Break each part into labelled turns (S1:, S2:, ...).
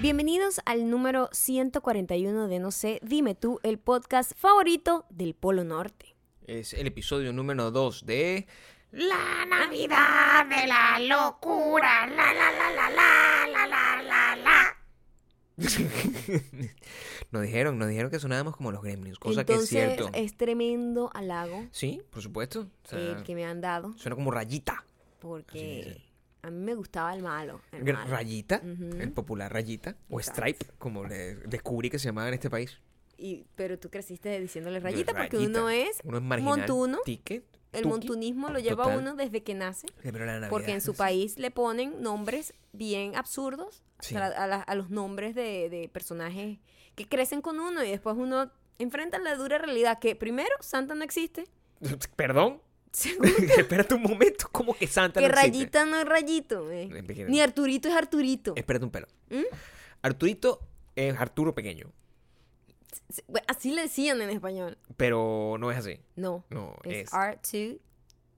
S1: Bienvenidos al número 141 de No sé, dime tú, el podcast favorito del Polo Norte.
S2: Es el episodio número 2 de...
S3: La Navidad de la locura. La la la la la la la la la.
S2: nos dijeron, nos dijeron que sonábamos como los gremlins, cosa
S1: Entonces, eh,
S2: que es cierto.
S1: es tremendo halago
S2: Sí, por supuesto. O sea,
S1: el eh, que me han dado
S2: Suena como rayita.
S1: porque
S2: Así
S1: a mí me gustaba el malo. el
S2: Gra-
S1: malo.
S2: Rayita,
S1: Ujú.
S2: el popular rayita, o
S1: Exacto.
S2: stripe, como le descubrí que se llamaba en este país.
S1: Y- pero tú creciste diciéndole rayita porque
S2: Rayita.
S1: uno es
S2: uno marginal,
S1: montuno.
S2: tique,
S1: El
S2: tuqui.
S1: montunismo lo lleva
S2: Total.
S1: uno desde que nace.
S2: Sí, Eh, pero la Navidad
S1: Porque en su
S2: es-
S1: país le ponen nombres bien absurdos
S2: Sí.
S1: a, la- a la- a los nombres de, de personajes que crecen con uno y después uno enfrenta la dura realidad que primero Santa no existe,
S2: Perdón,
S1: segundo
S2: espérate un momento, como que Santa
S1: que
S2: no existe?
S1: Rayita no es Rayito, eh.
S2: Eh, pequeño.
S1: ni ¿Mm? Arturito es Arturito.
S2: Espérate un pelo. Arturito es Arturo pequeño,
S1: Se- bueno, Así le decían en español.
S2: pero no es así.
S1: No,
S2: No,
S1: es,
S2: Oh, es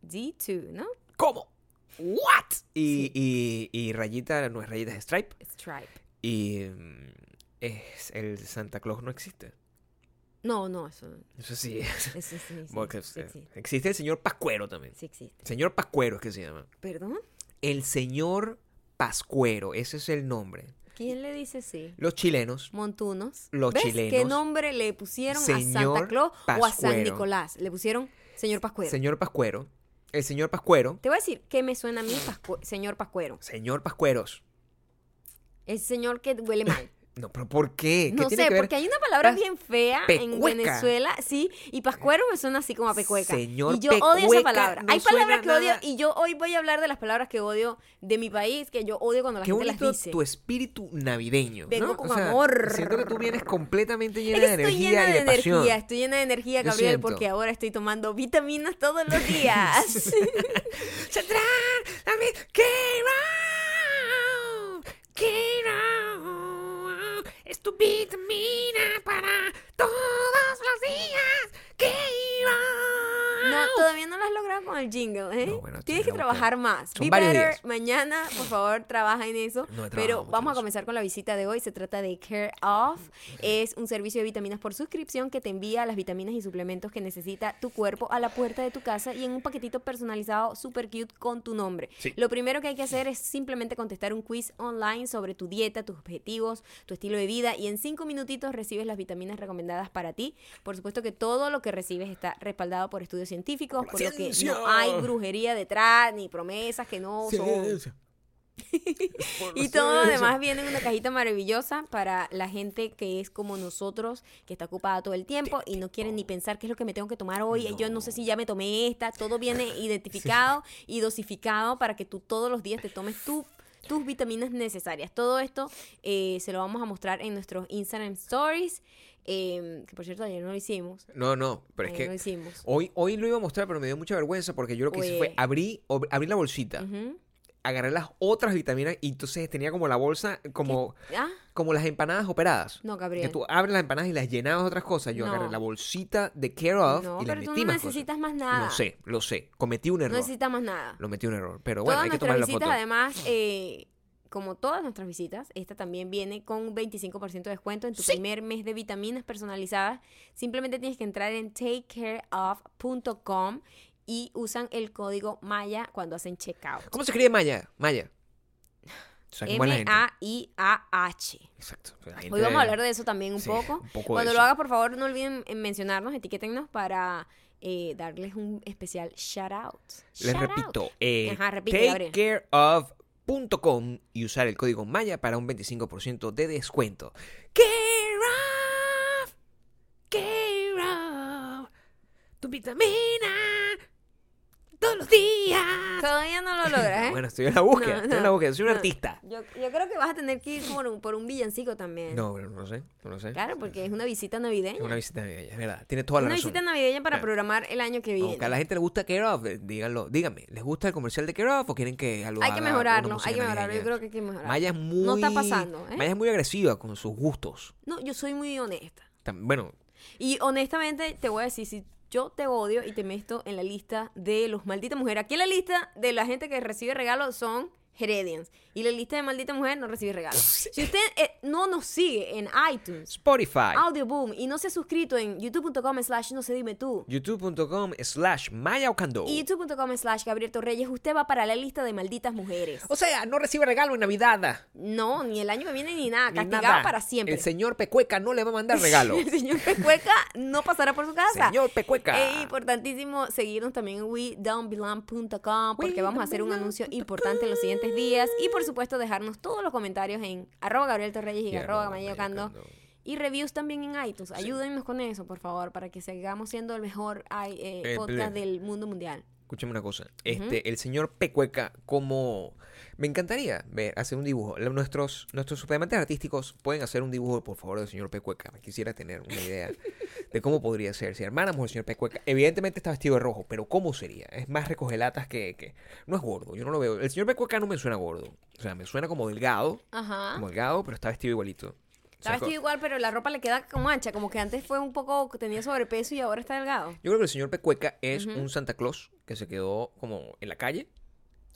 S1: R2D2, ¿no?
S2: ¿Cómo? ¿What? Y, y- y Rayita no es Rayita, es Stripe.
S1: Stripe.
S2: Y mm, es el Santa Claus no existe.
S1: No, no, eso,
S2: Eso sí. es-
S1: eso sí, sí,
S2: Bueno, que-
S1: sí, sí,
S2: Existe el señor Pascuero también.
S1: sí existe.
S2: Señor Pascuero es que se llama.
S1: ¿Perdón?
S2: El señor Pascuero, ese es el nombre.
S1: ¿Quién le dice sí?
S2: Los chilenos
S1: Montunos.
S2: Los
S1: ¿Ves
S2: chilenos.
S1: ¿Qué nombre le pusieron a Santa
S2: Señor
S1: Claus o a San
S2: Pascuero.
S1: Nicolás? Le pusieron señor Pascuero.
S2: Señor Pascuero. El señor Pascuero.
S1: Te voy a decir que me suena a mí Pascu- señor Pascuero.
S2: Señor Pascueros.
S1: El señor que huele mal.
S2: No, pero ¿por qué? ¿Qué
S1: No
S2: tiene
S1: sé,
S2: que ver?
S1: porque hay una palabra
S2: Pas-
S1: bien fea en
S2: Pecueca.
S1: Venezuela, sí, y Pascuero me suena así como a pecueca.
S2: Señor
S1: y yo odio esa
S2: pecueca,
S1: palabra.
S2: no
S1: hay palabras
S2: suena
S1: que
S2: nada-
S1: odio y yo hoy voy a hablar de las palabras que odio de mi país, que yo odio cuando la
S2: Qué
S1: gente las
S2: bonito
S1: dice.
S2: tu espíritu navideño.
S1: Vengo
S2: ¿no?
S1: con amor.
S2: Siento que tú vienes completamente
S1: Es
S2: llena
S1: que
S2: de
S1: estoy
S2: energía
S1: llena
S2: y
S1: de,
S2: de, pasión.
S1: energía, estoy llena de energía,
S2: Yo
S1: Gabriel,
S2: siento.
S1: porque ahora estoy tomando vitaminas todos los días.
S2: Central, David, get out, get out. Es tu vitamina para todos los días. Get out.
S1: No, todavía no lo has logrado con el jingle, ¿eh?
S2: No, bueno,
S1: Tienes
S2: tendré
S1: que
S2: que
S1: trabajar más.
S2: Son
S1: Be
S2: varios
S1: better
S2: días.
S1: mañana, por favor, trabaja en eso.
S2: No he trabajado
S1: Pero
S2: mucho
S1: vamos
S2: en
S1: a
S2: eso.
S1: comenzar con la visita de hoy. Se trata de Care Off. Es un servicio de vitaminas por suscripción que te envía las vitaminas y suplementos que necesita tu cuerpo a la puerta de tu casa y en un paquetito personalizado super cute con tu nombre.
S2: Sí.
S1: Lo primero que hay que hacer es simplemente contestar un quiz online sobre tu dieta, tus objetivos, tu estilo de vida y en cinco minutitos recibes las vitaminas recomendadas para ti. Por supuesto que todo lo que recibes está respaldado por estudios científicos, por lo que
S2: ciencia.
S1: no hay brujería detrás ni promesas que no son y todo lo demás viene en una cajita maravillosa para la gente que es como nosotros, que está ocupada todo el tiempo y no quieren ni pensar qué es lo que me tengo que tomar hoy. Yo no sé si ya me tomé esta. Todo viene identificado y dosificado para que tú todos los días te tomes tu- tus vitaminas necesarias. Todo esto eh, se lo vamos a mostrar en nuestros Instagram Stories. eh, que por cierto, ayer no lo hicimos.
S2: No, no, pero es
S1: Ayer
S2: que Oh,
S1: no lo hicimos.
S2: hoy, hoy lo iba a mostrar, pero me dio mucha vergüenza porque yo lo que hice
S1: Oye.
S2: fue abrí, ob- abrí la bolsita,
S1: Ujú.
S2: agarré las otras vitaminas y entonces tenía como la bolsa como...
S1: Ah,
S2: Como las empanadas operadas.
S1: No, Gabriel.
S2: Que tú abres las empanadas y las llenabas de otras cosas. Yo
S1: No.
S2: agarré la bolsita de Care Of
S1: no,
S2: ah, y la
S1: pero tú
S2: metí
S1: no
S2: más cosas.
S1: necesitas más nada.
S2: Lo sé, lo sé. Cometí un
S1: no
S2: error.
S1: necesitas más nada.
S2: Lo metí un error. Pero bueno,
S1: todas nuestras
S2: hay que tomar la
S1: visitas,
S2: foto.
S1: además, eh, como todas nuestras visitas, esta también viene con un 25% de descuento en tu primer mes de vitaminas personalizadas. Simplemente tienes que entrar en takecareof.com y usan el código Maya cuando hacen checkout.
S2: ¿Cómo se escribe Maya? Maya. O sea, ¿cómo es la gente?
S1: M-A-I-A-H.
S2: Exacto.
S1: Hoy vamos a hablar de eso también un
S2: Sí,
S1: poco.
S2: un poco de
S1: Cuando lo
S2: eso.
S1: hagas, por favor, no olviden eh, mencionarnos, etiquétennos para eh, darles un especial shout out.
S2: Les
S1: Shout out.
S2: repito. Eh,
S1: Ajá, repite, Gabriel.
S2: takecareof.com y usar el código Maya para un 25% de descuento. Care of. Care of. Tu vitamina. Todos los días.
S1: Todavía no lo logras, ¿eh?
S2: Bueno, estoy en la búsqueda.
S1: No,
S2: Estoy en
S1: no,
S2: la búsqueda. Soy un
S1: no.
S2: artista.
S1: Yo, yo creo que vas a tener que ir por un, por un villancico también.
S2: No, no lo sé. No lo sé.
S1: Claro, porque es una visita navideña.
S2: Es
S1: Una,
S2: una visita navideña, es verdad. Tiene toda la razón.
S1: visita navideña para
S2: Claro.
S1: programar el año que viene.
S2: Aunque a la gente le gusta Care Of, eh, díganlo, díganme, ¿les gusta el comercial de Care Of o quieren que lo
S1: Hay que
S2: haga una
S1: mejorarlo,
S2: música
S1: hay que mejorarlo. Yo
S2: navideña?
S1: creo que hay que mejorarlo.
S2: Maya es muy...
S1: está pasando, ¿eh?
S2: Maya es muy agresiva con sus gustos.
S1: No, yo soy muy honesta.
S2: Tam- bueno,
S1: Y honestamente te voy a decir, si yo te odio y te meto en la lista de los malditas mujeres, aquí en la lista de la gente que recibe regalos son Heredians. Y la lista de maldita mujer no recibe regalos. Si usted eh, no nos sigue en iTunes,
S2: Spotify.
S1: Audioboom y no se ha suscrito en youtube.com slash no se dime tú
S2: YouTube.com slash Maya Ocando.
S1: y youtube.com slash Gabriel Torreyes, usted va para la lista de malditas mujeres.
S2: O sea, no recibe regalo en Navidad.
S1: No, ni el año que viene ni nada.
S2: ni
S1: Castigado
S2: nada.
S1: para siempre.
S2: El señor Pecueca no le va a mandar regalo.
S1: El señor Pecueca no pasará por su casa.
S2: Señor Pecueca.
S1: Es importantísimo seguirnos también en WeDon'tBelong.com porque vamos a hacer un anuncio importante en los siguientes días. Y por supuesto, dejarnos todos los comentarios en arroba Gabriel Torreyes y,
S2: Y
S1: arroba
S2: arroba
S1: Maya
S2: Maya
S1: Ocando.
S2: Ocando.
S1: Y reviews también en iTunes. Ayúdennos con eso, por favor, para que sigamos siendo el mejor ay, eh,
S2: Eh,
S1: podcast
S2: ble.
S1: del mundo mundial.
S2: Escúchame una cosa. Este, el señor Pecueca, como me encantaría ver hacer un dibujo. La- Nuestros, nuestros suplementos artísticos pueden hacer un dibujo, por favor, del señor Pecueca. Quisiera tener una idea de cómo podría ser. Si armáramos el señor Pecueca, evidentemente está vestido de rojo, pero ¿cómo sería? Es más recogelatas que, que. No es gordo, yo no lo veo. El señor Pecueca no me suena gordo. O sea, me suena como delgado.
S1: Ajá.
S2: Como delgado, pero está vestido igualito. O
S1: Ah. Está
S2: sea, es co-
S1: vestido igual, pero la ropa le queda como ancha, como que antes fue un poco, tenía sobrepeso y ahora está delgado.
S2: Yo creo que el señor Pecueca es un Santa Claus que se quedó como en la calle.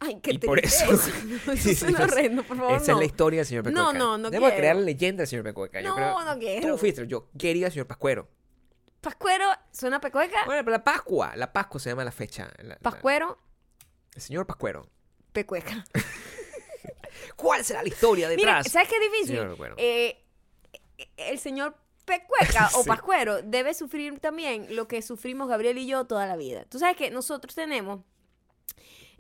S1: Ay, qué
S2: y por eso.
S1: tristeza. Eso suena horrendo, por favor,
S2: Esa
S1: no.
S2: es la historia del señor
S1: No,
S2: Pecueca.
S1: no, no
S2: Debo
S1: quiero.
S2: crear la leyenda del señor Pecueca. yo
S1: No,
S2: creo-
S1: no quiero.
S2: Tú fuiste, yo quería al señor Pascuero.
S1: Pascuero, suena pecueca.
S2: Bueno, pero la Pascua, la Pascua se llama la fecha. la- la-
S1: Pascuero,
S2: el señor Pascuero.
S1: pecueca.
S2: ¿Cuál será la historia
S1: Mira,
S2: detrás?
S1: ¿sabes qué es difícil?
S2: Señor Pascuero.
S1: Eh, el señor pecueca o
S2: Sí.
S1: pascuero debe sufrir también lo que sufrimos Gabriel y yo toda la vida. Tú sabes que nosotros tenemos...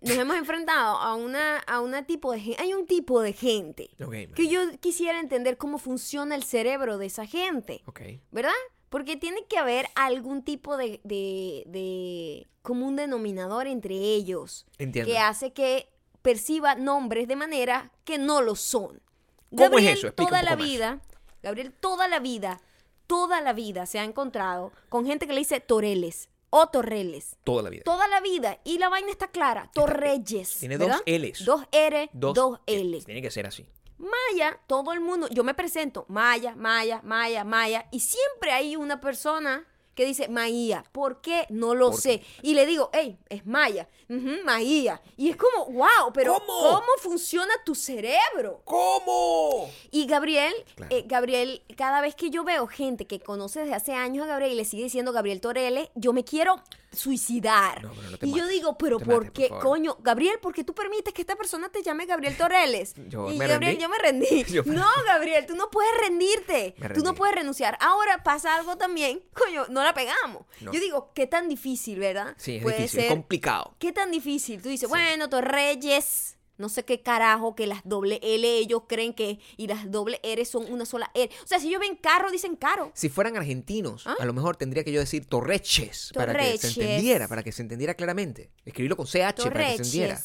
S1: Nos hemos enfrentado a una, a una tipo de gente. Hay un tipo de gente
S2: Ok,
S1: que yo quisiera entender cómo funciona el cerebro de esa gente.
S2: ok.
S1: ¿verdad? Porque tiene que haber algún tipo de, de, de común denominador entre ellos
S2: Entiendo.
S1: que hace que perciba nombres de manera que no lo son.
S2: ¿Cómo es
S1: Gabriel
S2: eso? Explica
S1: toda
S2: un
S1: la
S2: poco más.
S1: vida, Gabriel toda la vida, toda la vida se ha encontrado con gente que le dice Toreles o Torreles.
S2: Toda la vida.
S1: Toda la vida. Y la vaina está clara. Torreyes.
S2: eh, Tiene
S1: ¿verdad?
S2: dos Ls.
S1: Dos R,
S2: Dos,
S1: dos
S2: eh,
S1: L.
S2: Tiene que ser así.
S1: Maya, todo el mundo, yo me presento, Maya, Maya, Maya, Maya, y siempre hay una persona que dice, Maía, ¿por qué? No lo
S2: ¿Por
S1: sé. Y le digo, hey, es Maya, ujú, Maía. Y es como, wow, pero
S2: ¿Cómo?
S1: ¿cómo funciona tu cerebro?
S2: ¿Cómo?
S1: Y Gabriel,
S2: Claro.
S1: eh, Gabriel, cada vez que yo veo gente que conoce desde hace años a Gabriel y le sigue diciendo Gabriel Torele, yo me quiero suicidar.
S2: No, pero no te
S1: y yo
S2: mates,
S1: digo, pero
S2: no te
S1: ¿por
S2: mates, por
S1: qué,
S2: favor.
S1: coño? Gabriel, ¿por qué tú permites que esta persona te llame Gabriel Toreles?
S2: Yo
S1: y
S2: me
S1: Gabriel,
S2: rendí.
S1: yo me rendí.
S2: Yo me
S1: no, Gabriel, tú no puedes rendirte.
S2: Me
S1: Tú no
S2: rendí.
S1: puedes renunciar. Ahora pasa algo también, coño, no la pegamos.
S2: No.
S1: Yo digo, qué tan difícil, ¿verdad?
S2: Sí, es
S1: Puede
S2: difícil, es
S1: ser
S2: complicado.
S1: ¿Qué tan difícil? Tú dices, bueno, Torreyes, no sé qué carajo, que las doble L ellos creen que y las doble R son una sola R. O sea, si ellos ven carro, dicen caro.
S2: Si fueran argentinos,
S1: ¿Ah?
S2: a lo mejor tendría que yo decir torreches, para que se
S1: Torreches.
S2: entendiera, para que se entendiera claramente. Escribirlo con CH para que se entendiera.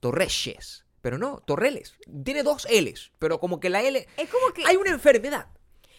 S1: Torreyes.
S2: Torreyes. Pero no, Torreles. Tiene dos L's, pero como que la L...
S1: Es como que.
S2: Hay una enfermedad.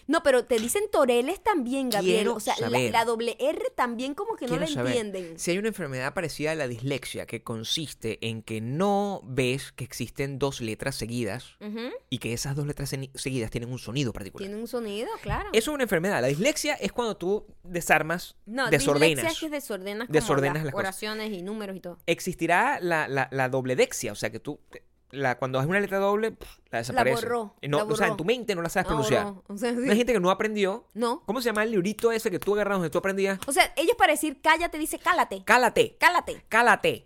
S1: No, pero te dicen Toreles también, Gabriel.
S2: Quiero
S1: o sea, la,
S2: saber.
S1: la doble R también como que no
S2: Quiero
S1: la
S2: saber
S1: entienden.
S2: Si hay una enfermedad parecida a la dislexia, que consiste en que no ves que existen dos letras seguidas
S1: Ujú.
S2: y que esas dos letras seni- seguidas tienen un sonido particular.
S1: Tiene un sonido, claro.
S2: Eso es una enfermedad. La dislexia es cuando tú desarmas,
S1: no, dislexia
S2: desordenas.
S1: es que desordenas, como
S2: Desordenas
S1: las
S2: las cosas.
S1: oraciones y números y todo.
S2: Existirá la, la, la dobledexia, o sea que tú... te- La, cuando es una letra doble, pf, la desaparece.
S1: borró,
S2: No,
S1: la
S2: O sea,
S1: borró.
S2: en tu mente no la sabes
S1: No,
S2: pronunciar.
S1: no, o sea, sí.
S2: Hay gente que no aprendió.
S1: No.
S2: ¿Cómo se llama el librito ese que tú agarras donde tú aprendías?
S1: O sea, ellos para decir cállate dice cálate.
S2: Cálate,
S1: Cálate.
S2: cálate.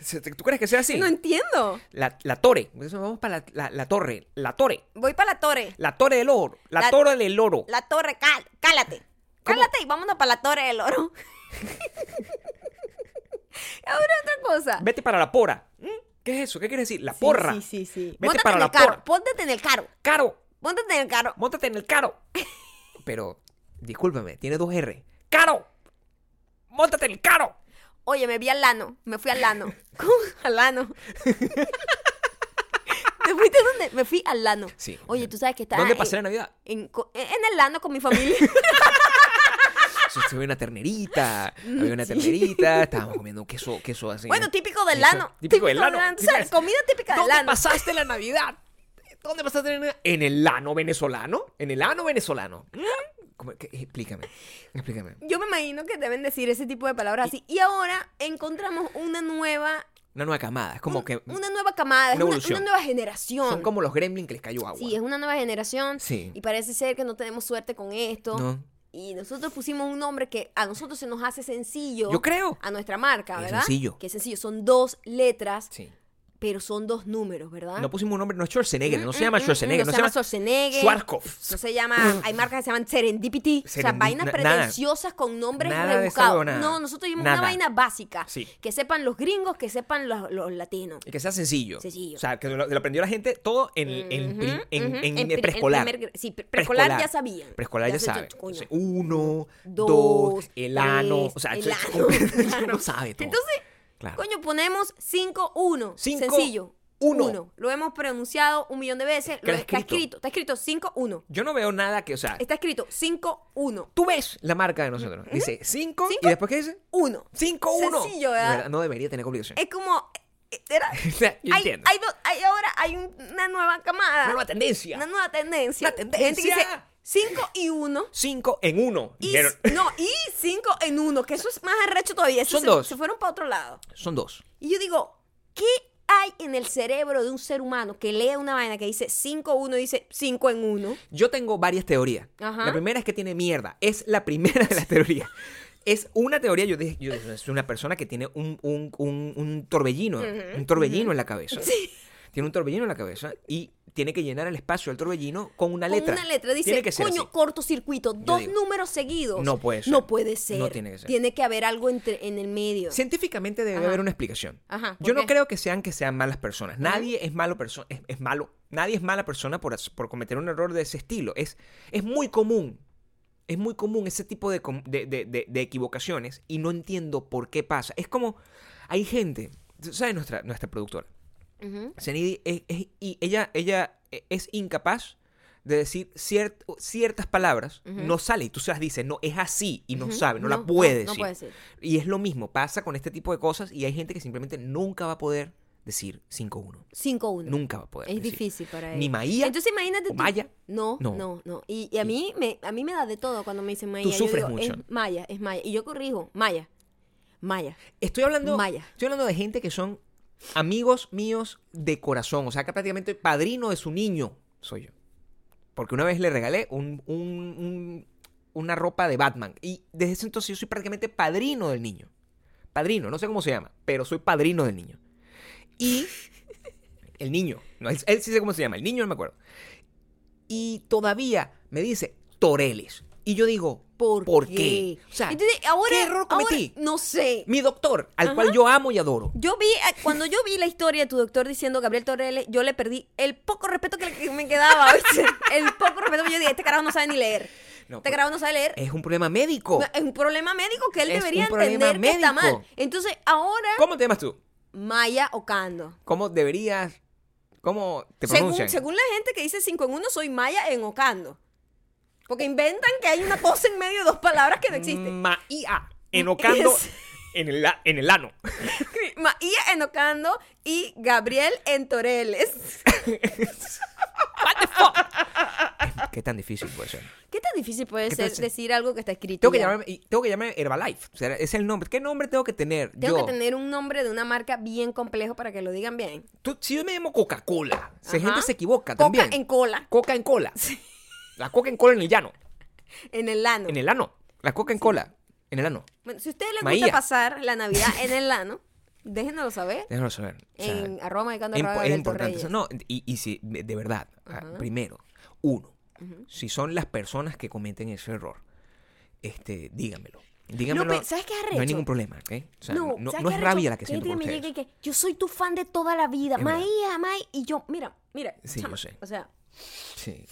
S2: Se- te- ¿Tú crees que sea así?
S1: No entiendo.
S2: La, la torre. Eso Vamos para la, la- la torre. La torre.
S1: Voy para la torre.
S2: La torre del oro. La,
S1: La-
S2: torre del oro.
S1: La torre, cal- cálate. Cálate y vámonos para la torre del oro. Ahora otra cosa.
S2: Vete para la pora. ¿Mm? ¿Qué es eso? ¿Qué quiere decir? La
S1: Sí,
S2: porra.
S1: Sí, sí, sí.
S2: Vete
S1: Móntate
S2: para
S1: en
S2: la
S1: el carro.
S2: porra.
S1: Póntate en el carro.
S2: Caro.
S1: Póntate en el carro.
S2: Móntate en el caro. Pero, discúlpame, tiene dos R. ¡Caro! ¡Móntate en el caro!
S1: Oye, me vi al lano. Me fui al lano. ¿Cómo? Al lano. ¿Te fuiste dónde? Me fui al lano.
S2: Sí.
S1: Oye, tú sabes que estaba.
S2: ¿Dónde
S1: en-
S2: pasé la Navidad?
S1: En, co- en el lano con mi familia.
S2: Se se ve una ternerita. Había una
S1: Mm, Sí.
S2: ternerita. Estábamos comiendo un queso, queso así.
S1: bueno,
S2: ¿no?
S1: típico del
S2: Eso,
S1: lano.
S2: Típico del lano.
S1: Tú sabes, comida típica del
S2: ¿Dónde
S1: lano.
S2: pasaste la Navidad? ¿Dónde pasaste la Navidad? ¿En el lano venezolano? ¿En el lano venezolano? ¿Mm? ¿Cómo? ¿Qué? Explícame, explícame.
S1: Yo me imagino que deben decir ese tipo de palabras así. Y ahora encontramos una nueva
S2: Una nueva camada. Es como
S1: Un-
S2: que.
S1: Una nueva camada, es
S2: una
S1: una,
S2: evolución.
S1: una nueva generación.
S2: Son como los gremlins que les cayó agua.
S1: Sí, es una nueva generación.
S2: Sí.
S1: Y parece ser que no tenemos suerte con esto.
S2: No.
S1: Y nosotros pusimos un nombre que a nosotros se nos hace sencillo.
S2: Yo creo.
S1: A nuestra marca,
S2: Es
S1: ¿verdad?
S2: sencillo.
S1: Que es sencillo. Son dos letras,
S2: Sí.
S1: pero son dos números, ¿verdad?
S2: No pusimos un nombre, no es Schwarzenegger, no se
S1: Ah. Mm,
S2: llama
S1: mm, mm,
S2: Schwarzenegger,
S1: no se llama Schwarzenegger.
S2: Schwarzkopf.
S1: No se llama, hay marcas que se llaman Serendipity, o sea,
S2: Serendi-
S1: vainas
S2: na- nada.
S1: pretenciosas con nombres
S2: Nada de esa
S1: rebuscados.
S2: huevonada.
S1: No, nosotros dimos una
S2: Nada.
S1: vaina básica,
S2: Sí.
S1: que sepan los gringos, que sepan los, los latinos.
S2: Y que sea sencillo.
S1: Sencillo.
S2: O sea, que lo, lo aprendió la gente todo en, en,
S1: Mm, Ujú,
S2: pri- en,
S1: ujú.
S2: en
S1: pri-
S2: preescolar.
S1: primer gr- sí, pre- preescolar ya
S2: Preescolar.
S1: sabían.
S2: Preescolar ya,
S1: se-
S2: sabe.
S1: coño.
S2: Entonces, uno,
S1: Dos,
S2: dos, el ano.
S1: tres,
S2: O sea,
S1: el
S2: eso es
S1: ano,
S2: completo,
S1: claro.
S2: uno sabe todo.
S1: Entonces,
S2: Claro.
S1: Coño, ponemos 5-1.
S2: Cinco,
S1: Sencillo.
S2: uno.
S1: Lo hemos pronunciado un millón de veces.
S2: Que
S1: lo-
S2: lo he
S1: está escrito.
S2: escrito.
S1: Está escrito 5-1.
S2: Yo no veo nada que, o sea,
S1: Está escrito 5-1.
S2: tú ves la marca de nosotros. Dice 5
S1: Cinco.
S2: y después ¿qué dice?
S1: 1.
S2: 5, 1.
S1: Sencillo, ¿verdad?
S2: No debería tener complicación.
S1: Es como. eh, era-
S2: O sea, yo
S1: hay,
S2: entiendo.
S1: hay dos- hay ahora hay un- una nueva camada.
S2: Una nueva tendencia.
S1: Una nueva tendencia.
S2: Una tendencia.
S1: Gente que dice 5 y 1.
S2: 5 en 1.
S1: Y, no, y 5 en 1. Que eso es más arrecho todavía. Eso
S2: Son
S1: se,
S2: dos.
S1: Se fueron para otro lado.
S2: Son dos.
S1: Y yo digo, ¿qué hay en el cerebro de un ser humano que lee una vaina que dice 5-1 y dice 5 en 1?
S2: Yo tengo varias teorías.
S1: Ajá.
S2: La primera es que tiene mierda. Es la primera de las teorías. Es una teoría, yo dije, yo dije, es una persona que tiene un, un- un- un torbellino, un torbellino en la cabeza. Tiene un torbellino en la cabeza y tiene que llenar el espacio del torbellino con una
S1: Con
S2: letra.
S1: una letra dice,
S2: tiene que ser
S1: coño,
S2: así.
S1: cortocircuito, dos
S2: digo,
S1: números seguidos.
S2: no puede ser.
S1: No puede ser.
S2: No tiene que ser.
S1: Tiene que haber algo entre, en el medio.
S2: Científicamente debe
S1: Ajá.
S2: haber una explicación.
S1: Ajá, ¿por
S2: Yo no
S1: qué?
S2: creo que sean que sean malas personas. Nadie es malo persona, es, es malo. Nadie es mala persona por, as- por cometer un error de ese estilo. Es, es muy común. Es muy común ese tipo de, com- de- de- de- de equivocaciones y no entiendo por qué pasa. Es como hay gente, ¿sabes? Nuestra, nuestra productora,
S1: Ujú.
S2: Zenidi, es- es- y ella, ella e-, es incapaz de decir ciert- ciertas palabras, no sale y tú se las dices, no, es así y no
S1: Ujú.
S2: sabe, no,
S1: No,
S2: la puede
S1: no, no
S2: decir.
S1: puede decir.
S2: Y es lo mismo, pasa con este tipo de cosas y hay gente que simplemente nunca va a poder decir 5-1.
S1: 5-1.
S2: Nunca va a poder.
S1: Es
S2: decir.
S1: difícil para él.
S2: Ni Maía.
S1: Entonces imagínate
S2: o
S1: tú-
S2: Maya.
S1: No, no,
S2: No.
S1: no. Y, y a, mí me, a mí me da de todo cuando me dicen Maya. Yo
S2: sufres
S1: digo,
S2: mucho.
S1: Es Maya, es Maya. Y yo corrijo, Maya. Maya.
S2: Estoy hablando,
S1: Maya.
S2: estoy hablando de gente que son amigos míos de corazón. O sea, que prácticamente padrino de su niño soy yo. Porque una vez le regalé un- un- un- una ropa de Batman. Y desde ese entonces yo soy prácticamente padrino del niño. Padrino, no sé cómo se llama, pero soy padrino del niño. Y el niño, no, él, él sí sé cómo se llama, el niño no me acuerdo. Y todavía me dice Toreles. Y yo digo,
S1: ¿Por,
S2: qué? O sea,
S1: Entonces, ahora,
S2: ¿qué error
S1: ahora-
S2: cometí?
S1: no sé.
S2: mi doctor, al
S1: Ajá.
S2: cual yo amo y adoro.
S1: Yo vi, eh, cuando yo vi la historia de tu doctor diciendo Gabriel Torreles, yo le perdí el poco respeto que, le- que me quedaba, ¿viste? El poco respeto que yo dije, este carajo no sabe ni leer.
S2: No,
S1: este
S2: pues,
S1: carajo no sabe leer.
S2: Es un problema médico.
S1: No, Es un problema médico que él
S2: Es
S1: debería
S2: un problema
S1: entender que está
S2: médico.
S1: mal. Entonces, ahora,
S2: ¿Cómo te llamas tú?
S1: Maya Ocando.
S2: ¿Cómo deberías? ¿Cómo te
S1: Según,
S2: pronuncian?
S1: según la gente que dice 5 en 1, soy Maya en Ocando. Porque inventan que hay una cosa en medio de dos palabras que no
S2: Mm.
S1: existe.
S2: Maía. Enocando
S1: Es-
S2: en el, a- en el ano.
S1: Maya en Ocando y Gabriel en Toreles.
S2: Qué tan difícil puede ser.
S1: ¿Qué tan difícil puede
S2: ¿Qué
S1: ser
S2: tal?
S1: decir algo que está escrito?
S2: Tengo que,
S1: ya?
S2: llamarme, y tengo que llamarme Herbalife. O sea, es el nombre. ¿Qué nombre tengo que tener?
S1: Tengo
S2: yo?
S1: que tener un nombre de una marca bien complejo para que lo digan bien.
S2: Tú- si yo me llamo Coca-Cola, si
S1: Ajá.
S2: gente se equivoca
S1: Coca
S2: también.
S1: en cola,
S2: Coca en cola. La coca en cola en el llano.
S1: en el lano.
S2: En el ano. La coca en cola. En el ano.
S1: Bueno, si a ustedes les gusta
S2: Maía.
S1: pasar la Navidad en el lano, déjenoslo saber
S2: Déjalo saber. O sea,
S1: en arroba de cuando
S2: es,
S1: arroba
S2: impo- es
S1: Gabriel
S2: importante.
S1: Torreyes.
S2: No, y, y si, de de verdad, ah, primero, uno, si son las personas que cometen ese error, este, dígamelo. Dígamelo.
S1: pe- ¿sabes qué es
S2: No
S1: arrecho?
S2: hay ningún problema, ¿ok? O sea, no, no-
S1: ¿sabes
S2: no
S1: qué arrecho?
S2: es rabia la que siento
S1: gente
S2: por
S1: me
S2: ustedes.
S1: llega y que yo soy tu fan de toda la vida,
S2: Es verdad.
S1: Maía, May, y yo, mira, mira,
S2: Sí,
S1: chama,
S2: yo sé.
S1: o sea,
S2: Sí.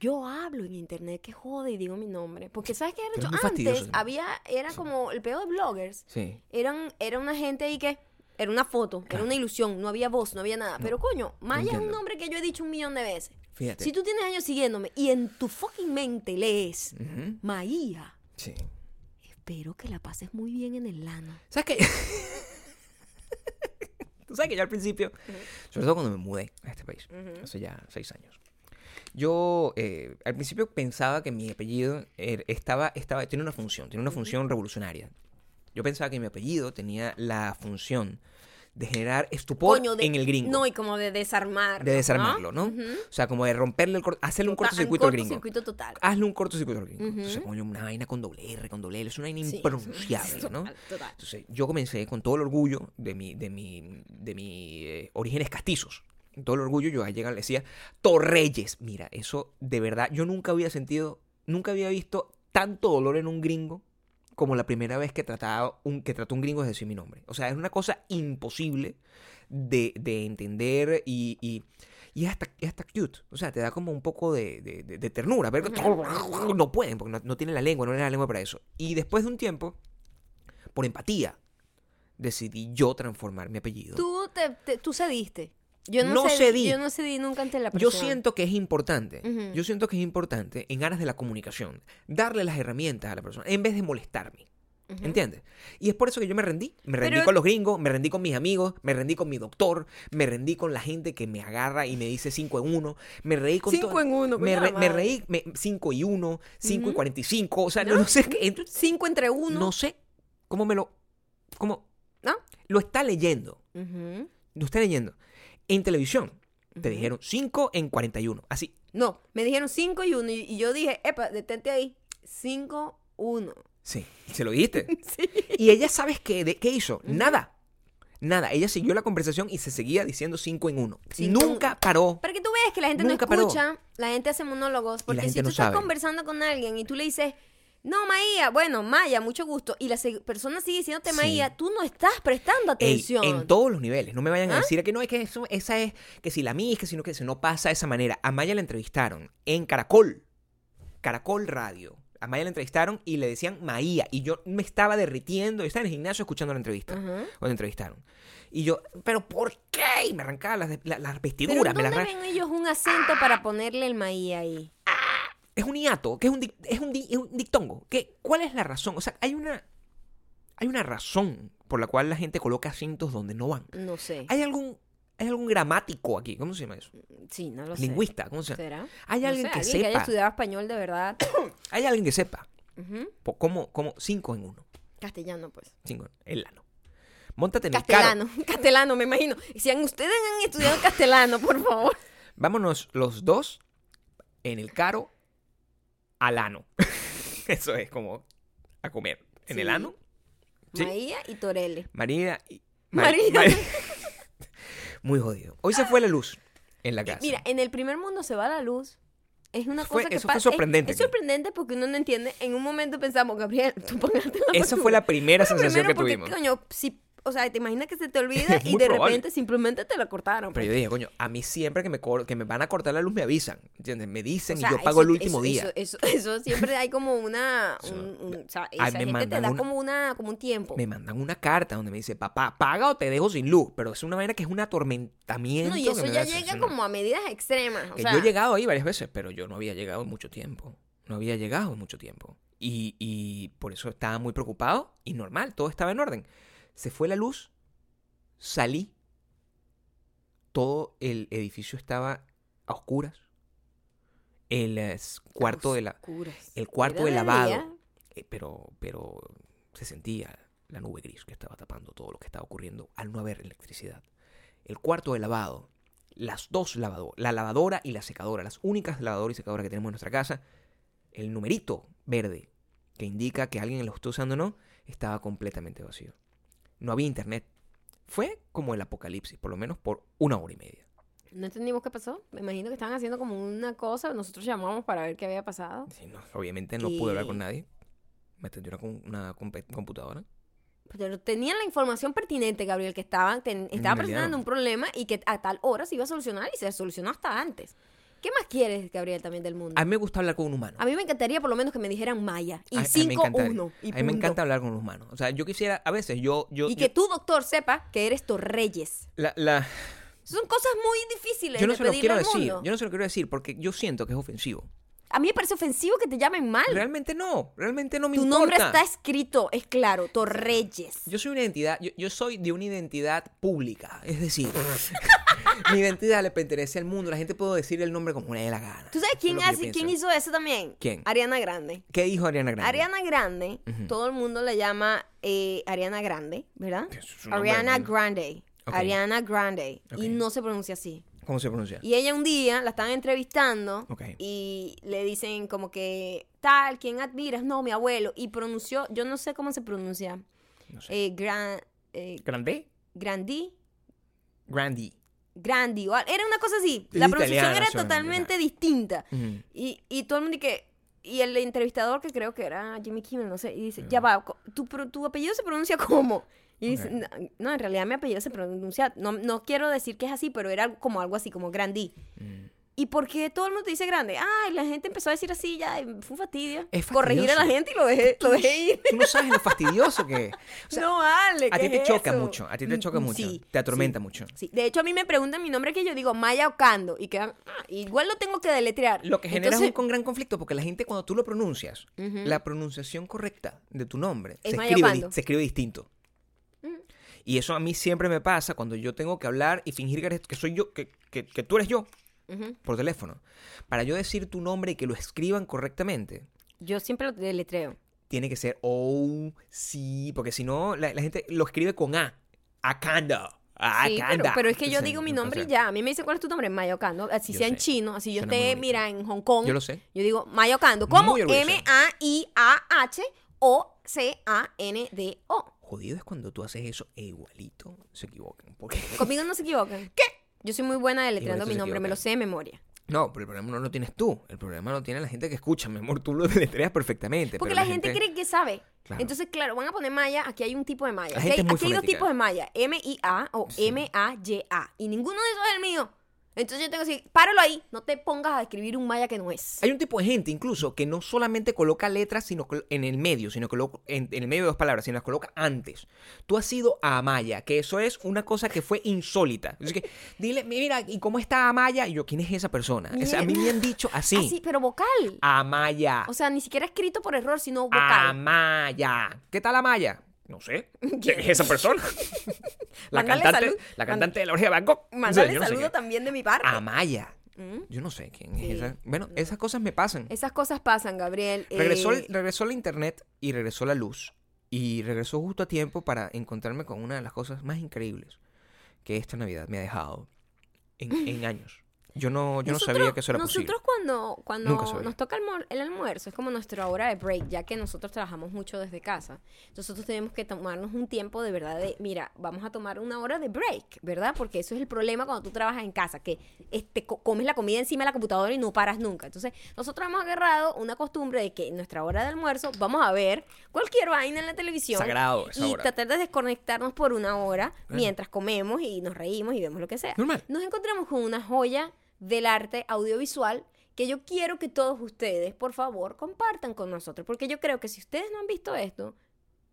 S1: yo hablo en internet que jode y digo mi nombre, porque sabes qué
S2: es
S1: arrecho?
S2: muy
S1: antes
S2: fastidioso.
S1: había era como el peor de bloggers.
S2: Sí.
S1: eran era una gente ahí que era una foto, era una ilusión, no había voz, no había nada. Pero coño, Maya es un
S2: entiendo.
S1: nombre que yo he dicho un millón de veces.
S2: Fíjate.
S1: Si tú tienes años siguiéndome y en tu fucking mente lees
S2: Ujú.
S1: Maía,
S2: Sí.
S1: espero que la pases muy bien en el lano.
S2: ¿Sabes qué? Tú sabes que yo al principio, sobre todo cuando me mudé a este país, hace ya seis años, yo eh, al principio pensaba que mi apellido er- estaba, estaba, tiene una función, tiene una función revolucionaria. Yo pensaba que mi apellido tenía la función de generar estupor
S1: Coño, de-
S2: en el gringo.
S1: No, y como de desarmar.
S2: de desarmarlo, ¿no? O sea, como de romperle el cor- hacerle un cortocircuito al gringo. Ah,
S1: circuito total.
S2: Hazle un cortocircuito al gringo.
S1: Ah, Ujú.
S2: Entonces, coño, una vaina con doble R, con doble L, es una vaina
S1: Sí.
S2: impronunciable, ¿no?
S1: Total, total.
S2: Entonces, yo comencé con todo el orgullo de mi, de mi, de mi eh, orígenes castizos. Con todo el orgullo, yo al llegar le decía Torreyes. Mira, eso de verdad, yo nunca había sentido, nunca había visto tanto dolor en un gringo como la primera vez que trataba un, que trató un gringo de decir mi nombre. O sea, es una cosa imposible de, de entender y, y, y es hasta, es hasta cute. O sea, te da como un poco de, de- de- de ternura. Ver que no pueden, porque no, no tienen la lengua, no tienen la lengua para eso. Y después de un tiempo, por empatía, decidí yo transformar mi apellido.
S1: Tú, te, te- tú cediste. Yo no,
S2: No
S1: cedí,
S2: cedí.
S1: Yo no cedí nunca ante la
S2: Yo
S1: persona.
S2: siento que es importante,
S1: Ujú.
S2: yo siento que es importante en aras de la comunicación, darle las herramientas a la persona en vez de molestarme.
S1: Ujú.
S2: ¿Entiendes? Y es por eso que yo me rendí. Me rendí
S1: Pero-
S2: con los gringos, me rendí con mis amigos, me rendí con mi doctor, me rendí con la gente que me agarra y me dice 5 en 1. Me reí con
S1: Cinco
S2: todo-
S1: en uno,
S2: Me,
S1: coño,
S2: re-
S1: la
S2: me
S1: madre.
S2: reí 5 y 1, 5 y
S1: Ujú.
S2: 45. O sea, no,
S1: ¿No?
S2: no sé qué.
S1: Cinco entre uno.
S2: No sé cómo me lo. ¿Cómo?
S1: ¿No?
S2: Lo está leyendo.
S1: Ujú.
S2: Lo está leyendo. En televisión te
S1: Ujú.
S2: dijeron 5 en 41. Así.
S1: No, me dijeron cinco y uno. Y, y yo dije, epa, detente ahí. Cinco, uno.
S2: Sí. ¿Se lo dijiste? Y ella, ¿sabes qué, de, qué hizo? Nada. Nada. Ella siguió la conversación y se seguía diciendo 5 en 1.
S1: Cinco en
S2: Nunca paró.
S1: Para que tú veas que la gente
S2: Nunca
S1: no
S2: paró.
S1: escucha, la gente hace monólogos, porque si
S2: gente
S1: tú
S2: no
S1: estás
S2: sabe.
S1: conversando con alguien y tú le dices, no, Maía, bueno, Maya, mucho gusto, y la se- persona sigue diciéndote
S2: Sí.
S1: Maía, tú no estás prestando
S2: Ey,
S1: atención. ¿Ah?
S2: en todos los niveles. No me vayan a decir que no, es que eso, esa es, que si la mía, es que si no, que si no pasa de esa manera. A Maya la entrevistaron en Caracol. Caracol Radio. A Maya la entrevistaron y le decían Maía. Y yo me estaba derritiendo. Yo estaba en el gimnasio escuchando la entrevista.
S1: Ajá.
S2: Cuando entrevistaron. Y yo, ¿pero por qué? Y me arrancaba las, las- las
S1: Pero
S2: vestiduras.
S1: ¿dónde
S2: me las arran-
S1: ven ellos un acento para ponerle el Maía ahí?
S2: Es un hiato, que es un, dic- es un, di- es un dictongo. ¿Qué, ¿Cuál es la razón? O sea, hay una, hay una razón por la cual la gente coloca acentos donde no van.
S1: No sé.
S2: ¿Hay algún, hay algún gramático aquí? ¿Cómo se llama eso?
S1: Sí, no lo sé.
S2: Lingüista, ¿cómo se llama?
S1: ¿Será?
S2: Hay
S1: No
S2: alguien
S1: sé,
S2: que
S1: que haya
S2: sepa.
S1: estudiado español de verdad.
S2: Hay alguien que sepa.
S1: Ujú.
S2: po- ¿Cómo, cómo? Cinco en uno.
S1: Castellano, pues.
S2: Cinco en el lano. Móntate en el
S1: Castellano, castellano, me imagino. Si han- ustedes han estudiado castellano, por favor.
S2: carro. Vámonos los dos en el caro al ano. Eso es como a comer. En el
S1: Sí.
S2: ano. Sí.
S1: Maía y Torele.
S2: Marina y...
S1: Marina.
S2: Muy jodido. Hoy se fue la luz en la casa.
S1: Mira, en el primer mundo se va la luz. Es una
S2: Fue-
S1: cosa que
S2: eso fue
S1: pasa- es-
S2: sorprendente,
S1: Es,
S2: creo.
S1: sorprendente porque uno no entiende. En un momento pensamos, Gabriel, tú pagaste la
S2: Esa fue la primera
S1: factura.
S2: sensación
S1: Primero
S2: que
S1: porque,
S2: tuvimos.
S1: coño, si, o sea, te imaginas que se te olvida
S2: Es
S1: y
S2: muy
S1: de
S2: probable.
S1: repente simplemente te la cortaron.
S2: Pero yo
S1: pues.
S2: dije, coño, a mí siempre que me, cor- que me van a cortar la luz me avisan, ¿entiendes? Me dicen
S1: pues. O sea,
S2: y yo
S1: eso-
S2: pago el último
S1: eso-
S2: día.
S1: Eso, eso- eso siempre hay como una.
S2: Eso-
S1: un- un- o sea,
S2: me
S1: esa gente te
S2: mandan
S1: da
S2: una-
S1: como, una, como un tiempo.
S2: Me mandan una carta donde me dice, papá, paga o te dejo sin luz. Pero es una vaina que es un atormentamiento.
S1: No, y
S2: que
S1: eso
S2: me
S1: ya
S2: hace,
S1: llega
S2: no.
S1: como a medidas extremas. O
S2: Que
S1: sea,
S2: yo he llegado ahí varias veces, pero yo no había llegado en mucho tiempo. No había llegado en mucho tiempo. Y, y por eso estaba muy preocupado y normal, todo estaba en orden. Se fue la luz, salí, todo el edificio estaba a oscuras. El eh, s- cuarto de la...
S1: oscuras.
S2: El cuarto
S1: Era
S2: de lavado.
S1: día.
S2: eh, pero, pero se sentía la nube gris que estaba tapando todo lo que estaba ocurriendo al no haber electricidad. El cuarto de lavado, las dos lavadoras, la lavadora y la secadora, las únicas lavadoras y secadoras que tenemos en nuestra casa, el numerito verde que indica que alguien lo está usando o no, estaba completamente vacío. No había internet. Fue como el apocalipsis, por lo menos por una hora y media.
S1: No entendimos qué pasó. Me imagino que estaban haciendo como una cosa. Nosotros llamamos para ver qué había pasado.
S2: Sí, no, obviamente no pude hablar con nadie. Me atendió una, com- una compe- computadora.
S1: Pero tenían la información pertinente, Gabriel, que estaban, ten- estaban
S2: realidad.
S1: presentando un problema y que a tal hora se iba a solucionar y se solucionó hasta antes. ¿Qué más quieres, Gabriel, también del mundo?
S2: A mí me gusta hablar con un humano.
S1: A mí me encantaría por lo menos que me dijeran Maya y
S2: A- a mí me
S1: 5-1.
S2: encantaría.
S1: Y,
S2: A mí me
S1: punto.
S2: encanta hablar con los humanos. O sea, yo quisiera, a veces, yo. yo,
S1: y
S2: yo-
S1: que tú, doctor, sepa que eres Torreyes.
S2: la- la-
S1: Son cosas muy difíciles
S2: yo no
S1: de
S2: se lo
S1: pedirle
S2: quiero
S1: al
S2: decir.
S1: mundo.
S2: Yo no se lo quiero decir porque yo siento que es ofensivo.
S1: A mí me parece ofensivo que te llamen mal.
S2: Realmente no. Realmente no me
S1: tu
S2: importa.
S1: nombre está escrito, es claro, Torreyes.
S2: Yo soy una identidad. Yo, yo soy de una identidad pública. Es decir, Mi identidad le pertenece al mundo. La gente puede decir el nombre como le dé la gana.
S1: ¿Tú sabes
S2: Eso es
S1: quién,
S2: lo que yo
S1: hace-
S2: pienso.
S1: quién hizo eso también?
S2: ¿Quién?
S1: Ariana Grande.
S2: ¿Qué dijo Ariana Grande?
S1: Ariana Grande,
S2: Ujú.
S1: todo el mundo le llama eh, Ariana Grande, ¿verdad?
S2: Es su nombre,
S1: Ariana
S2: ¿no?
S1: Grande.
S2: Ok.
S1: Ariana Grande.
S2: Ok.
S1: Y no se pronuncia así.
S2: ¿Cómo se pronuncia?
S1: Y ella un día la estaban entrevistando
S2: Ok.
S1: y le dicen como que tal, ¿quién admiras? No, mi abuelo. Y pronunció, yo no sé cómo se pronuncia.
S2: No sé.
S1: Eh, gran, eh,
S2: ¿Grande?
S1: Grandi.
S2: Grandi.
S1: Grandi. o al- Era una cosa así.
S2: Es
S1: La pronunciación
S2: italiana,
S1: era
S2: suena,
S1: totalmente
S2: ¿verdad?
S1: distinta.
S2: Ujú.
S1: Y, y todo el mundo y que y el entrevistador que creo que era Jimmy Kimmel no sé y dice ya va co- tu, pro- tu apellido se pronuncia cómo y dice,
S2: Ok.
S1: "No, no en realidad mi apellido se pronuncia no, no quiero decir que es así pero era como algo así como grandí
S2: Mm.
S1: y por qué todo el mundo dice grande ay la gente empezó a decir así ya y fue un fastidio
S2: Es
S1: corregir a la
S2: fastidioso.
S1: gente y lo dejé lo dejé ir
S2: Tú no sabes lo fastidioso que es. O sea,
S1: no vale
S2: a
S1: ¿qué
S2: ti te
S1: es
S2: choca
S1: eso?
S2: mucho, a ti te
S1: Mm,
S2: choca
S1: mm,
S2: mucho,
S1: sí,
S2: te atormenta
S1: sí,
S2: mucho.
S1: sí. de hecho a mí me preguntan mi nombre que yo digo Maya Ocando y quedan "Ah, igual lo tengo que deletrear
S2: Lo que genera es
S1: Entonces,
S2: un con gran conflicto porque la gente cuando tú lo pronuncias,
S1: Ujú.
S2: la pronunciación correcta de tu nombre
S1: Es
S2: se
S1: Maya Mm.
S2: escribe, di-
S1: Ocando.
S2: se escribe distinto. Y eso a mí siempre me pasa cuando yo tengo que hablar y fingir que, eres- que soy yo, que, que- que tú eres yo,
S1: Ujú.
S2: por teléfono. Para yo decir tu nombre y que lo escriban correctamente,
S1: yo siempre lo deletreo
S2: tiene que ser oh, sí, porque si no, la, la gente lo escribe con A. Akanda.
S1: Sí,
S2: Akanda.
S1: pero, pero es que yo
S2: Ah, Entonces,
S1: digo mi
S2: o sea,
S1: nombre y ya. A mí me dicen cuál es tu nombre, Mayocando. Así
S2: Yo
S1: sea en
S2: sé.
S1: chino, así yo
S2: Suena muy
S1: esté,
S2: bonito.
S1: mira, en Hong Kong.
S2: Yo lo sé.
S1: Yo digo Mayocando. como
S2: Muy orgulloso.
S1: M-A-I-A-H-O-C-A-N-D-O.
S2: Jodido es cuando tú haces eso e igualito se equivocan. Porque...
S1: Conmigo no se equivocan. ¿Qué? Yo soy muy buena deletreando
S2: Igualito
S1: mi
S2: se
S1: nombre, me lo
S2: equivocan.
S1: sé de memoria.
S2: No, pero el problema no lo tienes tú. El problema lo tiene la gente que escucha. Mi amor, tú lo deletreas perfectamente.
S1: Porque
S2: pero
S1: la, gente, cree que sabe.
S2: Claro.
S1: Entonces, claro, van a poner maya. Aquí hay un tipo de maya.
S2: La
S1: Aquí,
S2: gente
S1: hay,
S2: es muy
S1: aquí hay dos
S2: fonética.
S1: tipos de maya. M-I-A o
S2: Sí.
S1: M-A-Y-A. Y ninguno de esos es el mío. Entonces yo tengo que decir, páralo ahí. No te pongas a escribir un maya que no es.
S2: Hay un tipo de gente incluso que no solamente coloca letras sino que lo- en el medio, sino que lo- en, en el medio de dos palabras, sino las coloca antes. Tú has ido a Amaya, que eso es una cosa que fue insólita. Así que dile, mira, ¿y cómo está Amaya? Y yo, ¿quién es esa persona? O sea, a mí me han dicho así.
S1: Así, pero vocal.
S2: Amaya.
S1: O sea, ni siquiera escrito por error, sino
S2: Ah,
S1: vocal.
S2: Amaya. ¿Qué tal Amaya? No sé. ¿Quién es esa persona? la
S1: Mándale
S2: cantante,
S1: salud.
S2: la cantante de la oreja de Bangkok. No sé,
S1: Mándale
S2: yo no sé Ah,
S1: saludo
S2: quién.
S1: también de mi parte.
S2: Amaya. Yo no sé quién
S1: Sí,
S2: es esa. Bueno, esas cosas me pasan.
S1: Esas cosas pasan, Gabriel. Eh,
S2: Regresó, el- regresó la internet y regresó la luz. Y regresó justo a tiempo para encontrarme con una de las cosas más increíbles que esta Navidad me ha dejado en, en años. Yo no, yo
S1: nosotros-
S2: no sabía que eso era posible.
S1: Nosotros cuando,
S2: Nunca
S1: cuando
S2: sabía.
S1: nos toca almor- el almuerzo, es como nuestra hora de break, ya que nosotros trabajamos mucho desde casa. Entonces, Nosotros tenemos que tomarnos un tiempo de verdad de, mira, vamos a tomar una hora de break, ¿verdad? Porque eso es el problema cuando tú trabajas en casa, que este, co- comes la comida encima de la computadora y no paras nunca. Entonces, nosotros hemos agarrado una costumbre de que en nuestra hora de almuerzo vamos a ver cualquier vaina en la televisión.
S2: Sagrado esa
S1: y
S2: hora.
S1: tratar de desconectarnos por una hora mientras comemos y nos reímos y vemos lo que sea.
S2: Normal.
S1: Nos encontramos con una joya del arte audiovisual que yo quiero que todos ustedes, por favor, compartan con nosotros. Porque yo creo que si ustedes no han visto esto,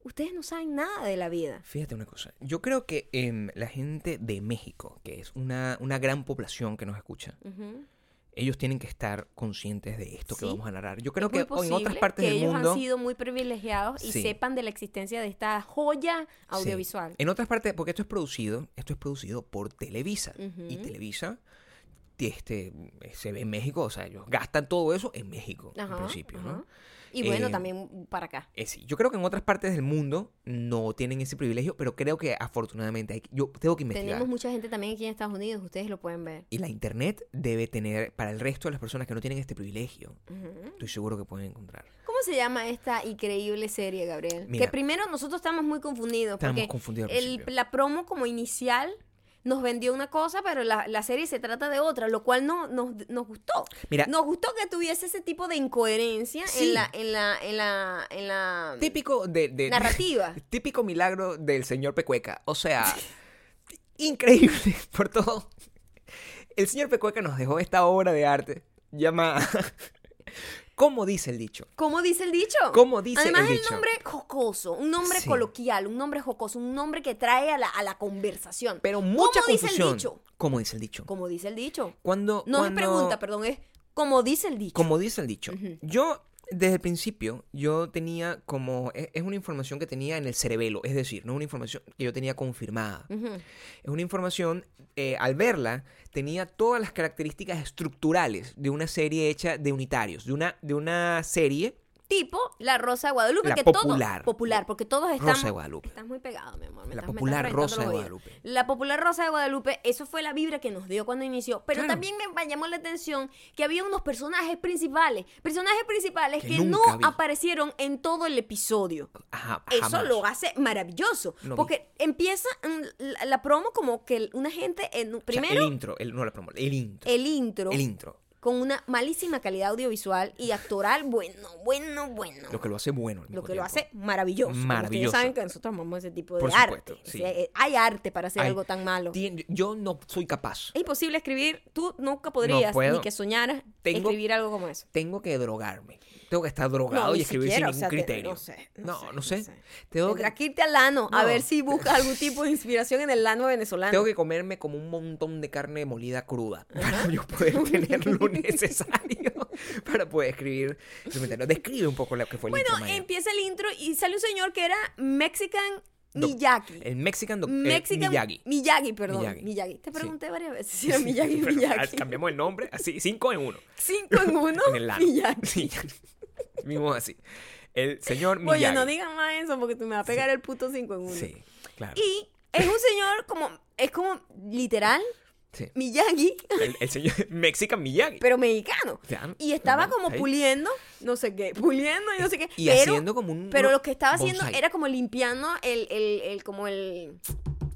S1: ustedes no saben nada de la vida.
S2: Fíjate una cosa. Yo creo que em, la gente de México, que es una, una gran población que nos escucha,
S1: Ujú.
S2: ellos tienen que estar conscientes de esto que
S1: Sí.
S2: vamos a narrar. Yo creo
S1: Es
S2: que
S1: muy
S2: o en otras
S1: posible
S2: partes
S1: que
S2: del
S1: ellos
S2: mundo.
S1: han sido muy privilegiados y
S2: Sí.
S1: sepan de la existencia de esta joya
S2: Sí.
S1: audiovisual.
S2: En otras partes, porque esto es producido, esto es producido por Televisa. Y
S1: Ujú.
S2: Televisa ti- este, se ve en México, o sea, ellos gastan todo eso en México,
S1: Ajá,
S2: en principio,
S1: ajá.
S2: ¿no?
S1: Y bueno,
S2: Eh,
S1: también para acá.
S2: Eh, sí, yo creo que en otras partes del mundo no tienen ese privilegio, pero creo que afortunadamente hay que- yo tengo que investigar.
S1: Tenemos mucha gente también aquí en Estados Unidos, ustedes lo pueden ver.
S2: y la internet debe tener, para el resto de las personas que no tienen este privilegio,
S1: Ujú.
S2: estoy seguro que pueden encontrar.
S1: ¿Cómo se llama esta increíble serie, Gabriel?
S2: Mira.
S1: que primero nosotros estamos muy confundidos.
S2: Estábamos
S1: porque
S2: confundidos al
S1: el-
S2: principio.
S1: la promo como inicial nos vendió una cosa, pero la, la serie se trata de otra, lo cual no, nos, nos gustó.
S2: Mira.
S1: Nos gustó que tuviese ese tipo de incoherencia en
S2: Sí.
S1: la, en la, en la, en la
S2: Típico de... de-
S1: narrativa.
S2: Típico milagro del señor Pecueca. O sea, increíble por todo. El señor Pecueca nos dejó esta obra de arte llamada... ¿Cómo dice el dicho?
S1: ¿Cómo dice el dicho?
S2: ¿Cómo dice
S1: Además,
S2: el
S1: el,
S2: dicho?
S1: nombre jocoso, un nombre
S2: Sí.
S1: coloquial, un nombre jocoso, un nombre que trae a la, a la conversación.
S2: Pero mucha
S1: ¿Cómo
S2: confusión.
S1: dice el dicho?
S2: ¿Cómo dice el dicho?
S1: ¿Cómo dice el dicho?
S2: Cuando,
S1: No
S2: cuando-
S1: es pregunta, perdón, es como dice el dicho.
S2: Como dice el dicho. Yo desde el principio yo tenía como, e, es, es una información que tenía en el cerebelo, es decir, no es una información que yo tenía confirmada.
S1: Ujú.
S2: Es una información, eh, al verla, tenía todas las características estructurales de una serie hecha de unitarios, de una, de una serie
S1: Tipo la Rosa de Guadalupe,
S2: La
S1: que
S2: popular.
S1: todos. Popular, porque todos están.
S2: Rosa de Guadalupe.
S1: Estás muy pegado, mi amor. me
S2: La
S1: estás- me
S2: popular
S1: estás reventando
S2: Rosa de
S1: los oídos.
S2: Guadalupe.
S1: La popular Rosa de Guadalupe, eso fue la vibra que nos dio cuando inició. Pero
S2: Claro.
S1: también me llamó la atención que había unos personajes principales. Personajes principales
S2: Que
S1: que, no
S2: nunca vi.
S1: aparecieron en todo el episodio.
S2: Ajá,
S1: Eso
S2: jamás.
S1: lo hace maravilloso.
S2: No vi.
S1: porque empieza mm, la, la promo como que el- una gente. en-
S2: O sea,
S1: primero,
S2: el intro, el, no la promo, el intro.
S1: el intro.
S2: El intro.
S1: con una malísima calidad audiovisual y actoral, bueno, bueno, bueno
S2: Lo que lo hace bueno. al
S1: lo
S2: mismo
S1: que lo
S2: tiempo.
S1: hace maravilloso. Como ustedes
S2: Maravilloso.
S1: saben que nosotros amamos ese tipo de
S2: Por
S1: arte.
S2: supuesto,
S1: O
S2: sí.
S1: sea, eh, hay arte para hacer
S2: Ay,
S1: algo tan malo.
S2: tien- Yo no soy capaz.
S1: Es imposible escribir, tú nunca podrías, ni
S2: puedo.
S1: que soñaras,
S2: Tengo-
S1: escribir algo como eso.
S2: Tengo que drogarme. Tengo que estar drogado
S1: No, ni
S2: y escribir
S1: siquiera, o
S2: sin
S1: sea,
S2: ningún
S1: te-
S2: criterio.
S1: no sé, no sé,
S2: No,
S1: no
S2: no sé.
S1: sé.
S2: Tengo
S1: Tendrás
S2: que,
S1: que irte al lano a
S2: No.
S1: ver si buscas algún tipo de inspiración en el lano venezolano.
S2: tengo que comerme como un montón de carne molida cruda para yo poder tener lo necesario para poder escribir. su comentario. Describe un poco lo que fue el
S1: Bueno,
S2: intro, Maya.
S1: empieza el intro y sale un señor que era Mexican
S2: Doc-
S1: Miyagi.
S2: El Mexican, doc- eh,
S1: Mexican
S2: Miyagi.
S1: Miyagi, perdón. Miyagi.
S2: Miyagi.
S1: Te
S2: Sí.
S1: pregunté varias veces si era Miyagi o
S2: Pero, ah,
S1: Miyagi.
S2: Cambiamos el nombre, así, cinco en uno.
S1: Cinco en uno.
S2: en el lado.
S1: Miyagi.
S2: Sí. Mismo así. El señor Miyagi.
S1: Oye, no digan más eso porque tú me vas a pegar el puto 5 en 1.
S2: Sí, claro.
S1: Y es un señor como, es como literal
S2: Sí.
S1: Miyagi,
S2: El, el señor Mexican Miyagi.
S1: pero mexicano.
S2: Ya,
S1: Y estaba
S2: normal,
S1: como
S2: ahí.
S1: puliendo, no sé qué, puliendo y no sé qué.
S2: Y
S1: pero,
S2: haciendo como un-
S1: Pero lo que estaba haciendo
S2: bonsai.
S1: era como limpiando el, el, el, como el,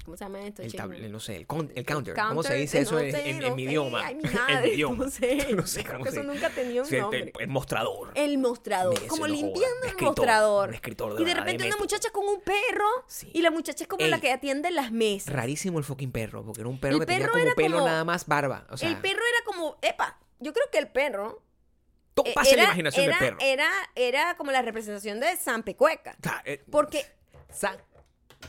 S1: ¿cómo se llama esto?
S2: El,
S1: chico?
S2: tab- no sé, el, con- el counter.
S1: Counter,
S2: ¿Cómo se dice eso
S1: no
S2: en,
S1: sé,
S2: en-
S1: no
S2: en mi
S1: sé,
S2: idioma?
S1: ay, mi
S2: en mi
S1: madre,
S2: idioma.
S1: no sé,
S2: No sé
S1: creo
S2: cómo
S1: que
S2: se
S1: eso
S2: dice.
S1: nunca tenía un
S2: Sí, el-
S1: nombre.
S2: El, mostrador.
S1: El mostrador,
S2: Eso,
S1: como
S2: no joda,
S1: limpiando
S2: un
S1: el
S2: escritor,
S1: mostrador.
S2: un escritor de
S1: y de
S2: verdad, de
S1: repente una
S2: método.
S1: muchacha con un perro
S2: Sí.
S1: y la muchacha es como
S2: Ey.
S1: la que atiende las mesas.
S2: Rarísimo el fucking perro, porque era un perro
S1: El
S2: que
S1: perro
S2: tenía como
S1: era
S2: pelo
S1: como-
S2: nada más barba. O sea,
S1: el perro era como, epa, yo creo que el perro.
S2: todo
S1: eh,
S2: pasa en
S1: era-
S2: la imaginación
S1: era,
S2: del perro.
S1: Era, era como la representación de San Pecueca.
S2: O sea, eh,
S1: Porque
S2: sa-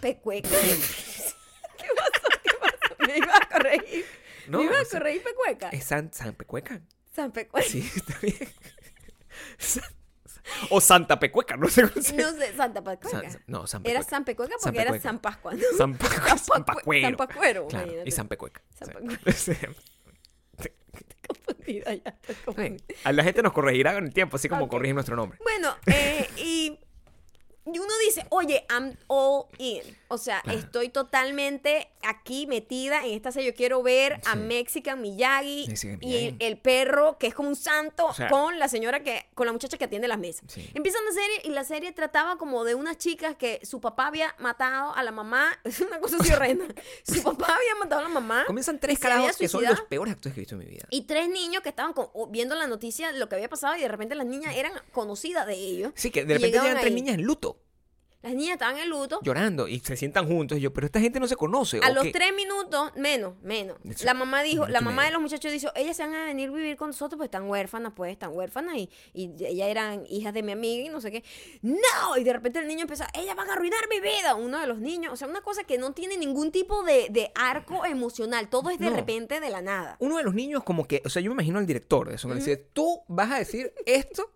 S1: Pecueca. ¿Qué pasó? ¿Qué pasó? Me iba a corregir.
S2: No,
S1: Me iba a
S2: o sea,
S1: corregir Pecueca.
S2: es San, San Pecueca.
S1: San Pecueca.
S2: Sí, está bien. San- o Santa Pecueca, no sé cómo se
S1: No sé, Santa Pecueca.
S2: San- no, San
S1: Era
S2: Pecueca.
S1: San Pecueca porque
S2: San
S1: era
S2: Pecueca.
S1: San Pascua. ¿no?
S2: San, Pacu-
S1: San Pacue-
S2: San Pacuero.
S1: San Pacuero,
S2: Claro,
S1: imagínate.
S2: Y San Pecueca.
S1: San
S2: Sí.
S1: Pecueca.
S2: Sí.
S1: Confundida, Pues, ya estoy confundida.
S2: A la gente nos corregirá con el tiempo, así como
S1: Ok.
S2: corrigen nuestro nombre.
S1: Bueno, eh, y y uno dice, oye, I'm all in. O sea,
S2: Claro.
S1: estoy totalmente aquí metida en esta serie. Yo quiero ver a
S2: Sí.
S1: Mexican Miyagi
S2: Mexican
S1: y el,
S2: Miyagi.
S1: el perro, que es como un santo,
S2: O sea-
S1: con la señora que, con la muchacha que atiende las mesas.
S2: Sí.
S1: Empiezan la serie y la serie trataba como de unas chicas que su papá había matado a la mamá. Es una cosa así horrenda. Su papá había matado a la mamá.
S2: Comienzan
S1: Ah, y
S2: tres
S1: se había
S2: carajos que son
S1: suicidado.
S2: los peores actores que he visto en mi vida.
S1: Y tres niños que estaban con- o- viendo la noticia de lo que había pasado y de repente las niñas eran conocidas de ellos.
S2: Sí, que
S1: Y
S2: de repente
S1: llegaban
S2: llegan tres
S1: ahí.
S2: niñas en luto,
S1: Las niñas estaban en luto.
S2: llorando, y se sientan juntos. Y yo, pero esta gente no se conoce.
S1: a
S2: ¿o
S1: los
S2: qué?
S1: tres minutos, menos, menos.
S2: Eso,
S1: La mamá dijo,
S2: minuto
S1: la
S2: y
S1: mamá de
S2: medio.
S1: los muchachos dijo, ellas se van a venir a vivir con nosotros, pues están huérfanas, pues están huérfanas y, y ellas eran hijas de mi amiga y no sé qué. ¡No! Y de repente el niño empieza, ellas van a arruinar mi vida. Uno de los niños, o sea, una cosa que no tiene ningún tipo de, de arco emocional, todo es de
S2: No.
S1: repente de la nada.
S2: Uno de los niños, como que, o sea, yo me imagino al director de eso, que le dice, tú vas a decir esto.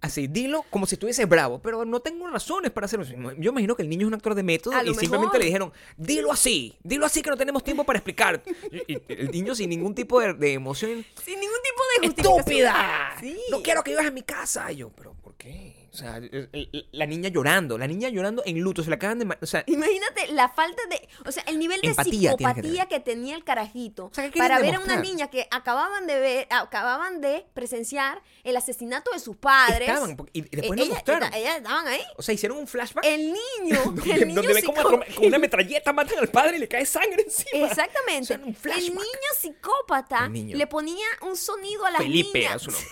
S2: Así, dilo como si estuviese bravo, pero no tengo razones para hacerlo. Yo imagino que el niño es un actor de método
S1: A
S2: y
S1: lo mejor.
S2: simplemente le dijeron, dilo así, dilo así que no tenemos tiempo para explicar. Y, y el niño sin ningún tipo de, de emoción,
S1: Sin ningún tipo de justificación.
S2: ¡estúpida!
S1: Sí.
S2: No quiero que vivas en mi casa. Y yo, ¿pero por qué? O sea, el- el- la niña llorando, la niña llorando en luto, se la acaban de. ma- O sea,
S1: Imagínate la falta de, o sea, el nivel de
S2: Empatía tienes que
S1: psicopatía que, tenía el carajito
S2: sea, ¿qué quieren
S1: para ver a
S2: demostrar?
S1: una niña que acababan de ver, acababan de presenciar el asesinato de sus padres. E,
S2: Estaban, porque- y- y después lo
S1: ellas,
S2: mostraron.
S1: esta- ellas estaban ahí.
S2: o sea hicieron un flashback
S1: El niño, Eh, el niño
S2: donde ve cómo
S1: psicó-
S2: atro- con una metralleta matan al padre y le cae sangre encima. O
S1: Exactamente.
S2: sea, era un
S1: el
S2: flashback.
S1: niño psicópata
S2: El niño.
S1: le ponía un sonido a las
S2: Felipe
S1: niñas.
S2: era su nombre.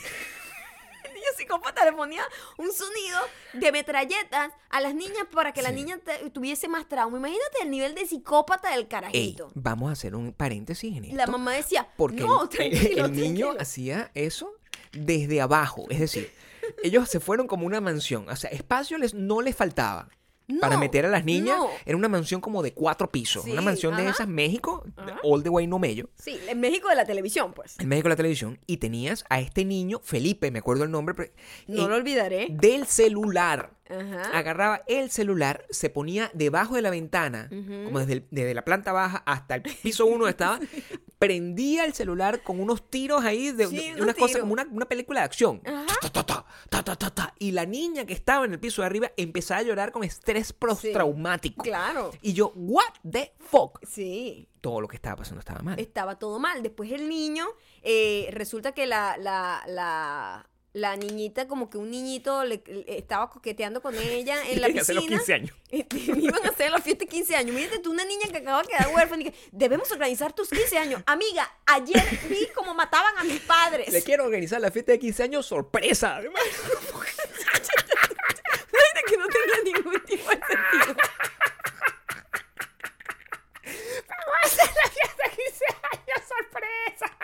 S1: El niño psicópata le ponía un sonido de metralletas a las niñas para que la
S2: Sí.
S1: niña te- tuviese más trauma. Imagínate el nivel de psicópata del
S2: Ey,
S1: carajito.
S2: vamos a hacer un paréntesis en esto.
S1: La mamá decía,
S2: porque
S1: no,
S2: el- el,
S1: tranquilo,
S2: el niño
S1: tranquilo".
S2: hacía eso desde abajo. Es decir, ellos se fueron como una mansión. O sea, espacio les, no les faltaba. para
S1: No,
S2: meter a las niñas
S1: no.
S2: en una mansión como de cuatro pisos. una
S1: Sí,
S2: mansión de
S1: ajá.
S2: esas México, de
S1: Ajá.
S2: all the way no mello.
S1: Sí, en México de la televisión, pues.
S2: En México la televisión. Y tenías a este niño, Felipe, me acuerdo el nombre, pero- eh,
S1: No
S2: y-
S1: lo olvidaré.
S2: del celular.
S1: Ajá.
S2: Agarraba el celular, se ponía debajo de la ventana, como desde, el- desde la planta baja hasta el piso uno donde estaba, prendía el celular con unos tiros ahí de,
S1: Sí,
S2: de- de
S1: unos
S2: unas cosas
S1: tiros.
S2: como una, una película de acción.
S1: Ajá.
S2: Ta, ta, ta, ta, ta, ta, ta. Y la niña que estaba en el piso de arriba empezaba a llorar con estrés postraumático.
S1: Claro.
S2: Y yo, what the fuck?
S1: Sí.
S2: Todo lo que estaba pasando estaba mal.
S1: Estaba todo mal. Después el niño, eh, resulta que la, la, la, la niñita, como que un niñito le, le- estaba coqueteando con ella en la
S2: Tenía que hacer
S1: piscina.
S2: los 15 años.
S1: Este, iban a hacer la fiesta de 15 años. Mírate tú, una niña que acaba de quedar huérfana y que debemos organizar tus 15 años. Amiga, ayer vi cómo mataban a mis padres.
S2: Le quiero organizar la fiesta de 15 años sorpresa. además.
S1: Mira que no tenía ningún tipo de sentido.
S3: sorpresa!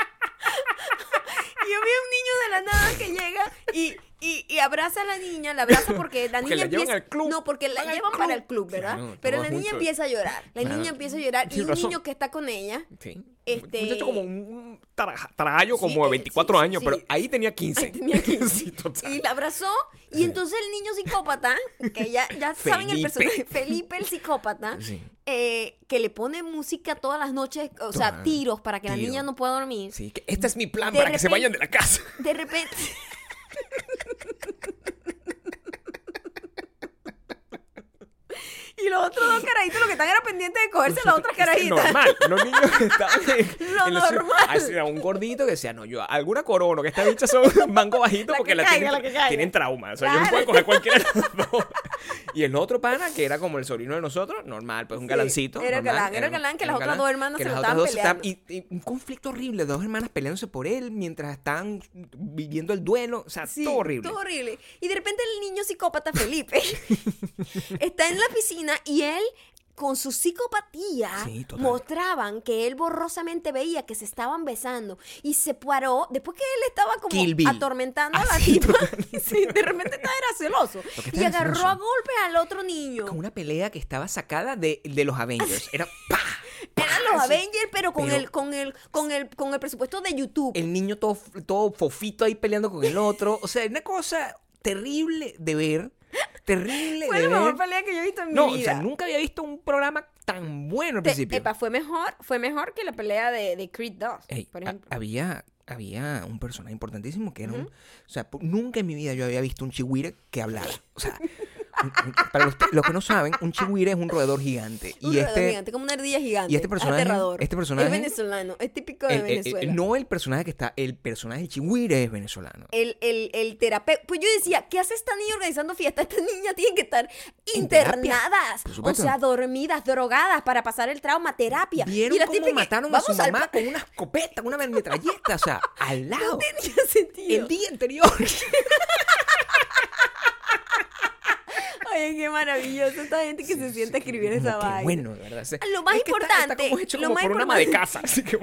S1: Y yo vi a un niño de la nada que llega y, y, y abraza a la niña, la abraza porque la
S2: Porque
S1: niña
S2: la llevan
S1: empieza.
S2: al club.
S1: No, porque la
S2: Van al
S1: llevan
S2: club.
S1: para el club, ¿verdad?
S2: Claro,
S1: Pero
S2: todo
S1: la
S2: es
S1: niña
S2: mucho-
S1: empieza a llorar. La
S2: Claro.
S1: niña empieza a llorar y
S2: Tienes
S1: un
S2: razón.
S1: niño que está con ella.
S2: Sí.
S1: Este-
S2: Un muchacho como un tara- tarayo como
S1: eh,
S2: de 24
S1: sí,
S2: años,
S1: sí.
S2: pero ahí tenía 15.
S1: Ay, tenía 15.
S2: Sí, total.
S1: Y la abrazó y entonces el niño psicópata, que ya, ya saben el
S2: Felipe.
S1: personaje, Felipe el psicópata,
S2: Sí.
S1: eh, que le pone música todas las noches, o sea,
S2: Todas.
S1: tiros para que la
S2: Tiro.
S1: niña no pueda dormir.
S2: Sí, que este es mi plan
S1: De
S2: para que se
S1: repente-
S2: vayan de la casa.
S1: De repente. Y los otros dos carajitos lo que están era pendientes de cogerse a las otras
S2: Es
S1: carajitas.
S2: normal, los niños que estaban en,
S1: Lo
S2: en la ciudad-
S1: normal.
S2: Ah, sí, era un gordito que decía, no, yo, alguna corona, que estas bichas son mango bajito
S1: La
S2: porque
S1: que
S2: la,
S1: caiga,
S2: tienen,
S1: la que caiga.
S2: tienen trauma. O sea, yo
S1: Claro.
S2: no puedo coger cualquiera de las dos. Y el otro pana, que era como el sobrino de nosotros, normal, pues un
S1: Sí,
S2: galancito.
S1: era el
S2: normal,
S1: galán, era el galán que
S2: era
S1: las
S2: el
S1: otras dos hermanas
S2: que
S1: se
S2: las
S1: lo
S2: otras
S1: estaban
S2: dos se y, y un conflicto horrible, dos hermanas peleándose por él mientras están viviendo el duelo. O sea,
S1: Sí,
S2: todo horrible.
S1: Todo horrible. Y de repente el niño psicópata Felipe está en la piscina y él con su psicopatía
S2: Sí, total.
S1: mostraban que él borrosamente veía que se estaban besando y se paró después que él estaba como
S2: Kill Bill. Ah,
S1: estando a la
S2: Así,
S1: tipa. Sí, de repente estaba era celoso.
S2: que
S1: Y
S2: estaba era
S1: agarró
S2: celoso.
S1: a golpe al otro niño.
S2: Con una pelea que estaba sacada de, de los Avengers. Era ¡pa!
S1: Eran los Avengers, pero con
S2: Ah, Pero-
S1: el, con el, con el, con el presupuesto de YouTube.
S2: el niño todo, todo fofito ahí peleando con el otro. O sea, es una cosa terrible de ver. Terrible
S1: Fue
S2: de
S1: la
S2: ver.
S1: mejor pelea que yo he visto en
S2: No,
S1: mi
S2: o
S1: vida.
S2: sea, nunca había visto un programa tan bueno al
S1: Te-
S2: principio.
S1: epa, fue mejor, fue mejor que la pelea de, de Creed 2,
S2: Ey,
S1: por
S2: ha-
S1: ejemplo.
S2: había, había un personaje importantísimo que era un. O sea, pu- nunca en mi vida yo había visto un chihuire que hablara. O sea, un- un- para los, los que no saben, un chihuire es un roedor gigante.
S1: Un
S2: y
S1: roedor
S2: este.
S1: gigante, como una ardilla gigante.
S2: y este personaje-
S1: aterrador.
S2: este personaje-
S1: Es venezolano, es típico de
S2: el- el- el-
S1: Venezuela.
S2: no el personaje que está. El personaje del chihuire es venezolano.
S1: El, el, el terapeuta. Pues yo decía, ¿qué hace esta niña organizando fiesta? Esta niña tiene que estar
S2: En terapia,
S1: internadas.
S2: por
S1: O
S2: supuesto.
S1: sea, dormidas, drogadas para pasar el trauma, terapia.
S2: Vieron
S1: y la
S2: cómo
S1: típica,
S2: mataron a
S1: vamos
S2: su
S1: al
S2: mamá
S1: pa-
S2: con una escopeta, con una metralleta, o sea, al lado.
S1: Tenía sentido.
S2: el día anterior.
S1: Oye, qué maravilloso. Esta gente que se sienta a escribir
S2: Como
S1: esa
S2: que
S1: vaina.
S2: Bueno, de verdad. se-
S1: Lo más
S2: es que está- Está,
S1: importante,
S2: como hecho
S1: lo
S2: como
S1: más
S2: por una ama de
S1: importante-
S2: casa. Así que,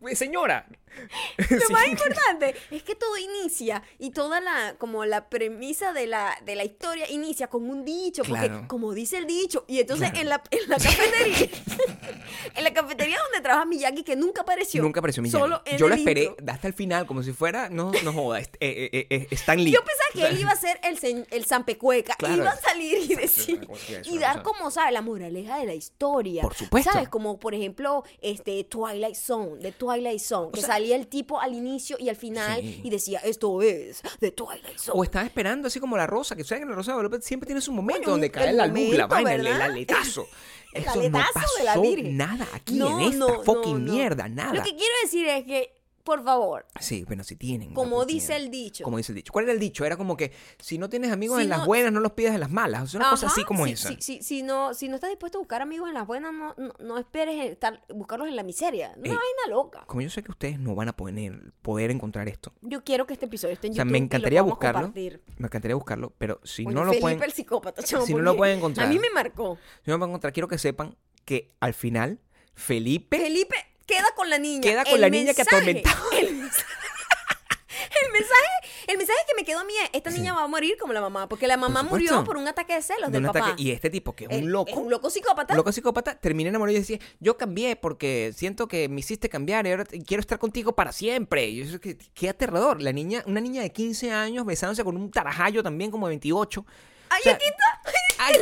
S2: pues, señora.
S1: Lo más importante es que todo inicia y toda la como la premisa de la, de la historia inicia con un dicho, porque
S2: Claro.
S1: como dice el dicho, y entonces
S2: Claro.
S1: en, la, en la cafetería, en la cafetería donde trabaja Miyagi, que nunca apareció.
S2: Nunca apareció mi
S1: Solo en
S2: Yo
S1: el
S2: la esperé
S1: intro.
S2: hasta el final, como si fuera, no, no joda, est- eh, eh, eh, Stan Lee.
S1: Yo pensaba que él iba a ser el, sen- el zampecueca,
S2: Claro.
S1: iba a salir y
S2: una
S1: decir,
S2: cosa, es
S1: y
S2: una
S1: dar
S2: cosa.
S1: como, ¿sabes? La moraleja de la historia.
S2: Por supuesto.
S1: ¿Sabes? Como, por ejemplo, este Twilight Zone, de Twilight Zone, que salía el tipo al inicio y al final
S2: Sí.
S1: y decía, esto es de Twilight Zone.
S2: O estaba esperando así como la rosa, que saben que la rosa de Guadalupe siempre tiene su momento
S1: Bueno,
S2: donde
S1: un-
S2: cae
S1: el
S2: la luz,
S1: momento,
S2: la vaina, el, el
S1: ¿verdad?
S2: aletazo.
S1: El
S2: Eso no
S1: aletazo
S2: pasó
S1: de la Virgen.
S2: nada aquí
S1: No,
S2: en esta
S1: no,
S2: fucking
S1: no, no.
S2: mierda, nada.
S1: Lo que quiero decir es que, por favor,
S2: Sí, bueno, si tienen. la
S1: como dice
S2: oportunidad.
S1: el dicho.
S2: Como dice el dicho. ¿Cuál era el dicho? Era como que si no tienes amigos
S1: Si
S2: en
S1: no-
S2: las buenas, no los pidas en las malas. O sea, una cosa
S1: Ajá,
S2: así como
S1: si,
S2: esa.
S1: Si, si- si no, si no estás dispuesto a buscar amigos en las buenas, no, no, no esperes estar, buscarlos en la miseria. Una
S2: Ey.
S1: vaina loca.
S2: Como yo sé que ustedes no van a poder, poder encontrar esto.
S1: Yo quiero que este episodio esté en
S2: O sea,
S1: YouTube.
S2: me
S1: y lo
S2: encantaría
S1: podamos
S2: buscarlo.
S1: compartir.
S2: Me encantaría buscarlo, pero si
S1: Oye,
S2: no lo
S1: Felipe
S2: pueden.
S1: el psicópata, chamo,
S2: si no
S1: porque
S2: lo pueden encontrar.
S1: A mí me marcó.
S2: Si no lo pueden encontrar, quiero que sepan que al final, Felipe.
S1: Felipe queda con la niña.
S2: Queda con
S1: El
S2: la niña que
S1: mensaje-
S2: atormentaba.
S1: El mensaje, el mensaje El mensaje que me quedó a mí es, esta niña va a morir como la mamá, porque la mamá
S2: supuesto.
S1: murió por un ataque de celos
S2: De
S1: del
S2: un
S1: papá.
S2: ataque. Y este tipo, que es
S1: Eh,
S2: un loco.
S1: es un loco psicópata.
S2: Loco psicópata, terminé enamorado y decía, yo cambié porque siento que me hiciste cambiar y ahora te- quiero estar contigo para siempre. Y eso, qué, qué aterrador. La niña, una niña de 15 años besándose con un tarajayo también como de 28.
S1: Ay,
S2: O sea,
S1: aquí está.
S2: ay,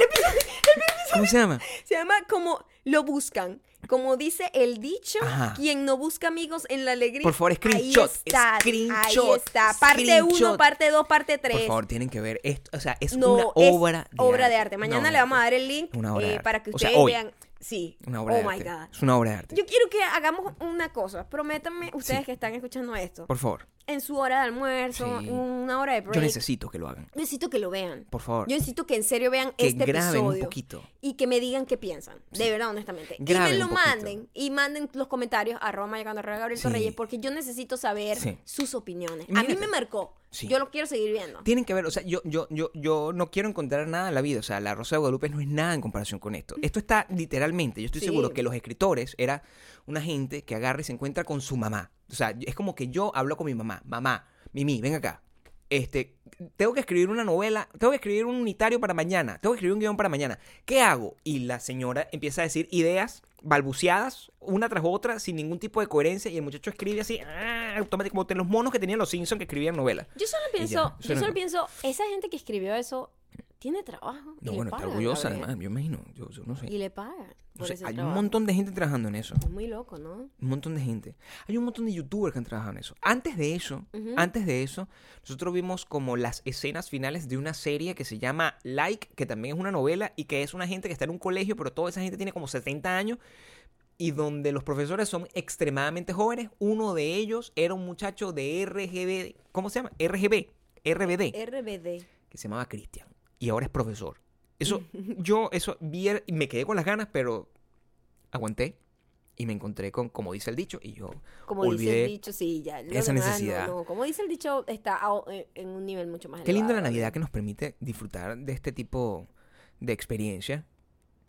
S2: ¿Cómo se llama?
S1: Se llama como lo buscan. Como dice el dicho,
S2: Ajá.
S1: quien no busca amigos en la alegría.
S2: Por favor, screenshot,
S1: Ahí está. Ahí
S2: screenshot,
S1: está. Parte 1,
S2: screenshot.
S1: parte 2, parte 3.
S2: Por favor, tienen que ver esto. O sea, es
S1: no,
S2: una
S1: es
S2: obra de
S1: obra
S2: arte.
S1: de arte. Mañana
S2: Una
S1: le
S2: obra
S1: vamos a dar el link
S2: Una obra de
S1: eh,
S2: arte.
S1: para que
S2: O sea,
S1: ustedes
S2: hoy.
S1: vean. Sí.
S2: Una obra
S1: oh
S2: de
S1: my
S2: arte.
S1: God.
S2: Es una obra de arte.
S1: Yo quiero que hagamos una cosa. Prométanme, ustedes que están escuchando esto,
S2: Por favor,
S1: en su hora de almuerzo,
S2: Sí.
S1: en una hora de break.
S2: yo necesito que lo hagan.
S1: necesito que lo vean.
S2: Por favor.
S1: Yo necesito que en serio vean
S2: Que
S1: este
S2: graben un
S1: episodio.
S2: poquito.
S1: Y que me digan qué piensan. De verdad, honestamente. y
S2: Graben
S1: me lo
S2: un poquito.
S1: manden. Y manden los comentarios a Roma llegando a Gabriel
S2: Sí.
S1: Torreyes. Porque yo necesito saber
S2: Sí.
S1: sus opiniones. A
S2: Imagínate.
S1: mí me marcó.
S2: Sí.
S1: Yo lo quiero seguir viendo.
S2: Tienen que ver, o sea, yo, yo, yo, yo no quiero encontrar nada en la vida. O sea, la Rosa de Guadalupe no es nada en comparación con esto. Esto está literalmente, yo estoy
S1: Sí.
S2: seguro que los escritores era una gente que agarra y se encuentra con su mamá. O sea, es como que yo hablo con mi mamá, mamá, Mimi, ven acá. Este, tengo que escribir una novela, tengo que escribir un unitario para mañana, tengo que escribir un guión para mañana. ¿Qué hago? Y la señora empieza a decir ideas balbuceadas, una tras otra, sin ningún tipo de coherencia, y el muchacho escribe así, ah, automáticamente, como los monos que tenían los Simpsons que escribían novelas.
S1: Yo solo
S2: Y
S1: pienso,
S2: ya, eso
S1: yo
S2: era-
S1: solo pienso, esa gente que escribió eso tiene trabajo. y
S2: No,
S1: le
S2: bueno, está
S1: pagan,
S2: orgullosa,
S1: Gabriel.
S2: además, yo imagino, yo, yo no sé.
S1: Y le pagan.
S2: No
S1: por
S2: sé,
S1: ese
S2: hay un
S1: trabajo.
S2: montón de gente trabajando en eso.
S1: Es muy loco, ¿no?
S2: Un montón de gente. Hay un montón de youtubers que han trabajado en eso. Antes de eso,
S1: Ujú.
S2: antes de eso, nosotros vimos como las escenas finales de una serie que se llama Like, que también es una novela y que es una gente que está en un colegio, pero toda esa gente tiene como 70 años y donde los profesores son extremadamente jóvenes. Uno de ellos era un muchacho de RGB, ¿cómo se llama? RGB, RBD
S1: RBD.
S2: que se llamaba Cristian y ahora es profesor. Eso, yo, eso, vi, el- me quedé con las ganas, pero aguanté y me encontré con, como dice el dicho, y yo
S1: Como dice
S2: olvidé.
S1: el dicho, sí, ya. lo
S2: esa
S1: demás, no,
S2: necesidad.
S1: no. Como dice el dicho, está a- en- en un nivel mucho más
S2: Qué linda la
S1: elevado.
S2: Navidad que nos permite disfrutar de este tipo de experiencia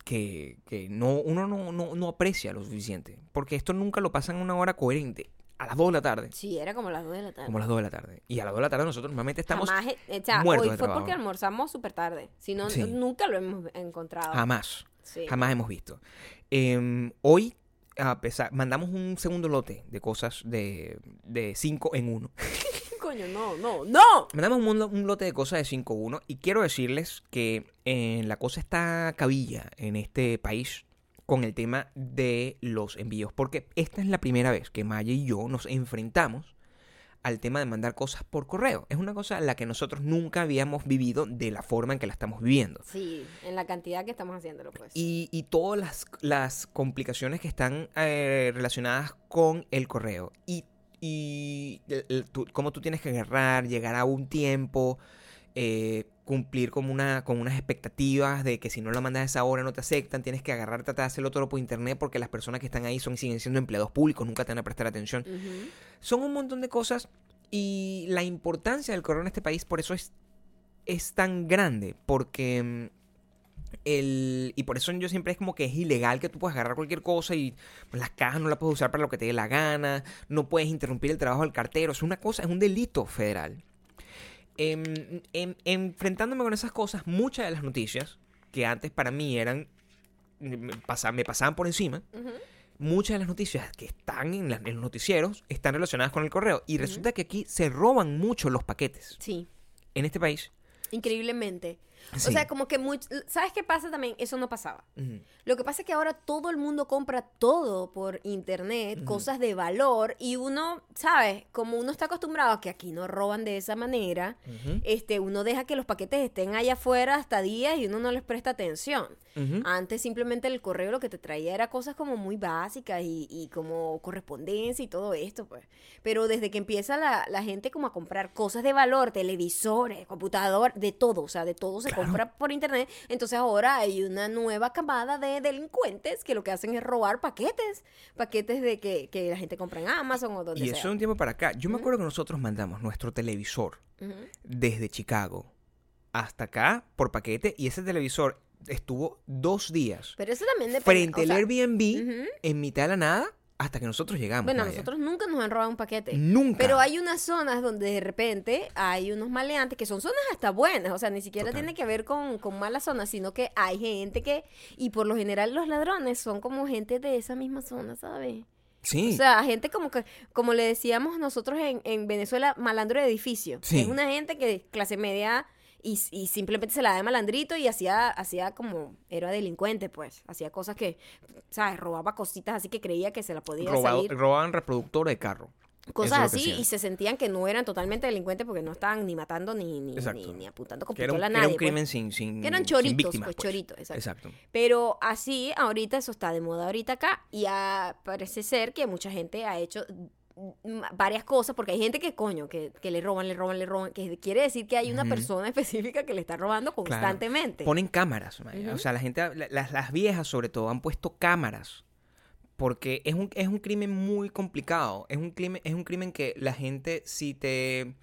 S2: que, que no, uno no, no, no aprecia lo suficiente, porque esto nunca lo pasan en una hora coherente, a las 2 de la tarde,
S1: Sí, era como las 2 de la tarde.
S2: como las 2 de la tarde. Y a las 2 de la tarde nosotros normalmente estamos
S1: Jamás, eh, o sea,
S2: muertos
S1: hoy
S2: de
S1: fue
S2: trabajo.
S1: porque almorzamos súper tarde. Si no,
S2: Sí.
S1: nunca lo hemos encontrado.
S2: jamás.
S1: Sí.
S2: jamás hemos visto. Eh, hoy, a pesar, mandamos un segundo lote de cosas de, de 5 en 1.
S1: Coño, no, no, no.
S2: Mandamos un, lo- un lote de cosas de 5 en 1 y quiero decirles que eh, la cosa está cabilla en este país con el tema de los envíos, porque esta es la primera vez que Maya y yo nos enfrentamos al tema de mandar cosas por correo. Es una cosa a la que nosotros nunca habíamos vivido de la forma en que la estamos viviendo.
S1: Sí, en la cantidad que estamos haciéndolo, pues.
S2: Y, y todas las, las complicaciones que están eh, relacionadas con el correo. Y, y el- el- tú- cómo tú tienes que agarrar, llegar a un tiempo, eh, cumplir con, una, con unas expectativas de que si no la mandas a esa hora no te aceptan, tienes que agarrar, tratar de hacerlo todo por internet porque las personas que están ahí son siguen siendo empleados públicos, nunca te van a prestar atención.
S1: Ujú.
S2: Son un montón de cosas y la importancia del correo en este país por eso es, es tan grande, porque mm, el... Y por eso yo siempre es como que es ilegal que tú puedas agarrar cualquier cosa y pues, las cajas no las puedes usar para lo que te dé la gana, no puedes interrumpir el trabajo del cartero, es una cosa, es un delito federal. Em, em- enfrentándome con esas cosas, muchas de las noticias que antes para mí eran... Me pasa- me pasaban por encima,
S1: Ujú.
S2: muchas de las noticias que están en, las- en los noticieros están relacionadas con el correo. Y resulta que aquí se roban mucho los paquetes.
S1: Sí,
S2: En este país.
S1: increíblemente.
S2: Sí.
S1: O sea, como que much- ¿Sabes qué pasa también? Eso no pasaba.
S2: Ujú.
S1: Lo que pasa es que ahora todo el mundo compra todo por internet, cosas de valor, y uno, ¿sabes? Como uno está acostumbrado a que aquí no roban de esa manera,
S2: Ujú.
S1: este, uno deja que los paquetes estén allá afuera hasta días y uno no les presta atención.
S2: Ujú.
S1: Antes simplemente el correo lo que te traía era cosas como muy básicas y, y como correspondencia y todo esto, pues. Pero desde que empieza la, la gente como a comprar cosas de valor, televisores, computador, de todo, o sea, de todo se compra por internet, entonces ahora hay una nueva camada de delincuentes que lo que hacen es robar paquetes, paquetes de que, que la gente compra en Amazon o donde
S2: Y
S1: sea.
S2: eso de un tiempo para acá. Yo me acuerdo que nosotros mandamos nuestro televisor
S1: Ujú.
S2: desde Chicago hasta acá por paquete y ese televisor estuvo dos días
S1: Pero eso también depende.
S2: frente
S1: o
S2: al
S1: sea,
S2: Airbnb
S1: ujú.
S2: en mitad de la nada hasta que nosotros llegamos.
S1: Bueno,
S2: Maya.
S1: nosotros nunca nos han robado un paquete.
S2: Nunca.
S1: Pero hay unas zonas donde de repente hay unos maleantes que son zonas hasta buenas, o sea, ni siquiera
S2: Total.
S1: tiene que ver con, con malas zonas, sino que hay gente que, y por lo general los ladrones son como gente de esa misma zona, ¿sabes?
S2: Sí.
S1: O sea, gente como que, como le decíamos nosotros en, en Venezuela, malandro de edificio.
S2: Sí.
S1: Es una gente que es clase media y, y simplemente se la da de malandrito y hacía, hacía como, era delincuente, pues. Hacía cosas que, ¿sabes? Robaba cositas así que creía que se la podía
S2: Robado-
S1: salir.
S2: robaban reproductor de carro.
S1: Cosas
S2: Eso es lo que
S1: así
S2: hacían.
S1: y se sentían que no eran totalmente delincuentes porque no estaban ni matando ni, ni,
S2: Exacto.
S1: ni, ni apuntando con
S2: Que era un,
S1: pistola a
S2: que
S1: nadie.
S2: era un
S1: pues.
S2: crimen sin, sin.
S1: Que eran
S2: sin
S1: choritos,
S2: víctimas,
S1: pues, choritos, exacto.
S2: Exacto.
S1: Pero así, ahorita eso está de moda ahorita acá y ah, parece ser que mucha gente ha hecho mm, varias cosas porque hay gente que coño, que, que le roban, le roban, le roban, que quiere decir que hay una
S2: Ujú.
S1: persona específica que le está robando
S2: Claro.
S1: constantemente.
S2: Ponen cámaras, Maya.
S1: Este. Ujú.
S2: O sea, la gente, la- las, las viejas sobre todo, han puesto cámaras. Porque es un, es un crimen muy complicado. Es un crimen, es un crimen que la gente, si te.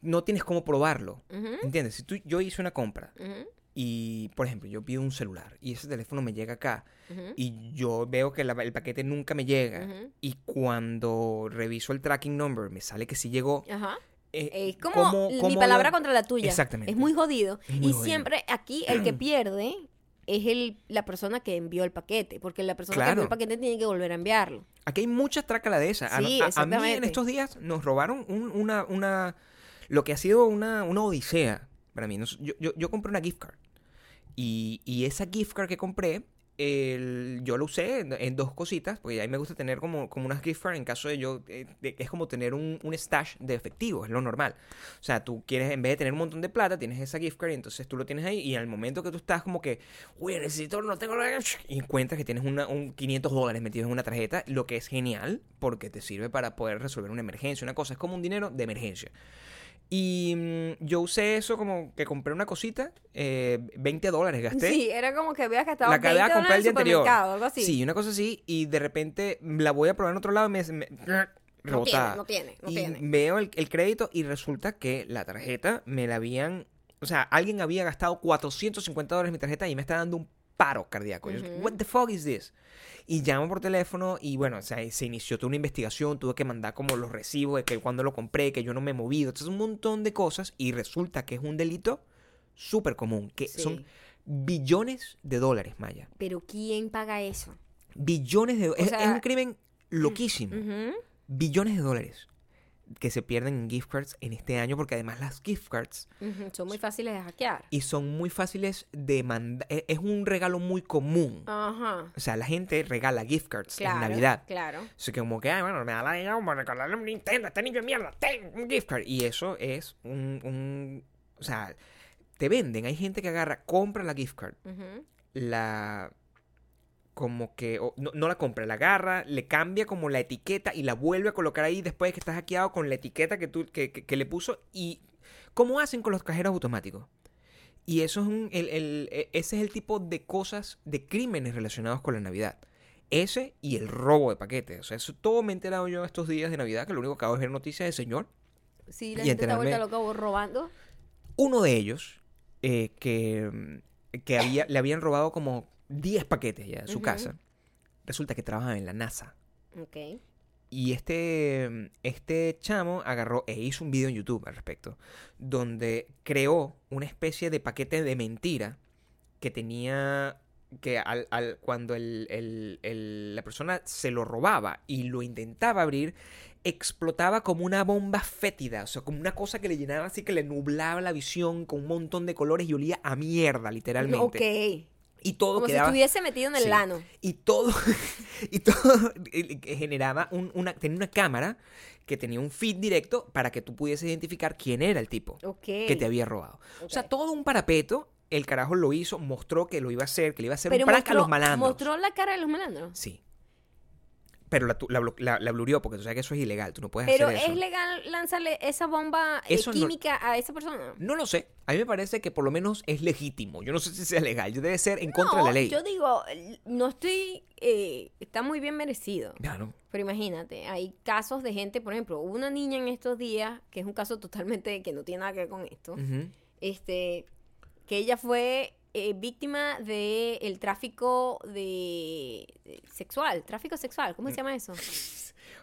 S2: No tienes cómo probarlo.
S1: Ujú,
S2: ¿Entiendes? Si tú, yo hice una compra
S1: ujú,
S2: y, por ejemplo, yo pido un celular y ese teléfono me llega acá
S1: ujú.
S2: y eh, yo veo que la- el paquete nunca me llega
S1: Ujú.
S2: y cuando reviso el tracking number me sale que sí llegó.
S1: Ajá.
S2: eh,
S1: Es como
S2: ¿cómo-
S1: mi
S2: cómo
S1: palabra
S2: lo-
S1: contra la tuya.
S2: Exactamente.
S1: Es muy jodido.
S2: Es muy
S1: y
S2: jodido. Mm.
S1: siempre aquí el que pierde es el, la persona que envió el paquete, porque la persona que envió el
S2: Claro.
S1: paquete tiene que volver a enviarlo.
S2: Aquí hay mucha trácala de esa.
S1: Sí,
S2: A- a, a mí en
S1: exactamente.
S2: estos días nos robaron un- una, una, lo que ha sido una, una odisea para mí. Nos- yo, yo- yo compré una gift card y, y esa gift card que compré, el- yo la usé en, en dos cositas, porque a mí me gusta tener como, como unas gift card en caso de yo, eh, de- es como tener un, un stash de efectivo, es lo normal. O sea, tú quieres, en vez de tener un montón de plata, tienes esa gift card y entonces tú lo tienes ahí y al momento que tú estás como que, uy, necesito, no tengo nada", y encuentras que tienes una, un 500 dólares metidos en una tarjeta, lo que es genial porque te sirve para poder resolver una emergencia, una cosa, es como un dinero de emergencia. Y mm, yo usé eso como que compré una cosita, eh, 20 dólares gasté.
S1: Sí, era como que habías gastado
S2: ¿Este? La
S1: 20
S2: acabé de
S1: dólares
S2: comprar el
S1: en
S2: día
S1: el
S2: anterior.
S1: supermercado, algo así.
S2: Sí, una cosa así, y de repente la voy a probar en otro lado y me. me-
S1: no tiene,
S2: rebotada.
S1: no tiene, no
S2: y
S1: tiene.
S2: veo el, el crédito y resulta que la tarjeta me la habían. O sea, alguien había gastado 450 dólares en mi tarjeta y me está dando un paro cardíaco. Yo,
S1: Ujú.
S2: What the fuck is this? Y llamo por teléfono y bueno, o sea, se inició toda una investigación, tuve que mandar como los recibos de que cuando lo compré, que yo no me he movido, entonces un montón de cosas y resulta que es un delito súper común, que
S1: Sí.
S2: son billones de dólares, Maya.
S1: Pero ¿quién paga eso?
S2: Billones de dólares. Es,
S1: sea-
S2: es un crimen loquísimo.
S1: Ujú.
S2: Billones de dólares que se pierden en gift cards en este año porque además las gift cards
S1: Ujú, Son muy fáciles de hackear.
S2: y son muy fáciles de mandar. Es un regalo muy común.
S1: Ajá.
S2: O sea, la gente regala gift cards
S1: Ah. Claro.
S2: en Navidad.
S1: Claro.
S2: Así que como que, ay, bueno, me da la gana como regalarle un Nintendo, este niño de mierda, ten un gift card. Y eso es un, un... O sea, te venden. Hay gente que agarra, compra la gift card,
S1: Ujú.
S2: la como que o- no, no la compra, la agarra, le cambia como la etiqueta y la vuelve a colocar ahí después de que está hackeado con la etiqueta que tú que, que- que le puso y ¿cómo hacen con los cajeros automáticos? Y eso es un, el- el- e- ese es el tipo de cosas, de crímenes relacionados con la Navidad. Ese y el robo de paquetes. O sea, eso todo me he enterado yo estos días de Navidad, que lo único que hago es ver noticias del señor.
S1: Sí, la
S2: Y
S1: gente está vuelta
S2: enterarme-
S1: loca vos robando.
S2: Uno de ellos, eh, que, mm, que había, le habían robado como 10 paquetes ya en su
S1: Ujú.
S2: casa, resulta que trabajaba en la NASA.
S1: Ok.
S2: Y este, mm, este chamo agarró e hizo un video en YouTube al respecto, donde creó una especie de paquete de mentira que tenía que al, al- cuando el- el- el- la persona se lo robaba y lo intentaba abrir, explotaba como una bomba fétida, o sea, como una cosa que le llenaba así que le nublaba la visión con un montón de colores y olía a mierda, literalmente.
S1: Ok.
S2: Y todo
S1: Como
S2: quedaba
S1: si estuviese metido en el
S2: Sí.
S1: lano.
S2: y todo y todo eh, eh, generaba un- una tenía una cámara que tenía un feed directo para que tú pudieses identificar quién era el tipo
S1: Ok.
S2: que te había robado. O sea,
S1: Ok.
S2: todo un parapeto, el carajo lo hizo, mostró que lo iba a hacer, que le iba a hacer
S1: Pero
S2: un prank
S1: mostró,
S2: a los malandros.
S1: mostró la cara de los malandros.
S2: Sí. Pero la, tu- la, blo- la- la blurió porque tú sabes que eso es ilegal, tú no puedes
S1: Pero
S2: hacer eso.
S1: es legal lanzarle esa bomba eh,
S2: Eso no-
S1: química a esa persona.
S2: No lo sé, a mí me parece que por lo menos es legítimo. Yo no sé si sea legal, yo debe ser en contra de la
S1: No,
S2: ley.
S1: Yo digo, no estoy. eh, está muy bien merecido.
S2: Claro.
S1: Pero imagínate, hay casos de gente, por ejemplo, hubo una niña en estos días,
S2: Mm.
S1: que es un caso totalmente que no tiene nada que ver con esto,
S2: Ujú.
S1: este, que ella fue eh, víctima del el tráfico de sexual, tráfico sexual, ¿cómo se llama eso?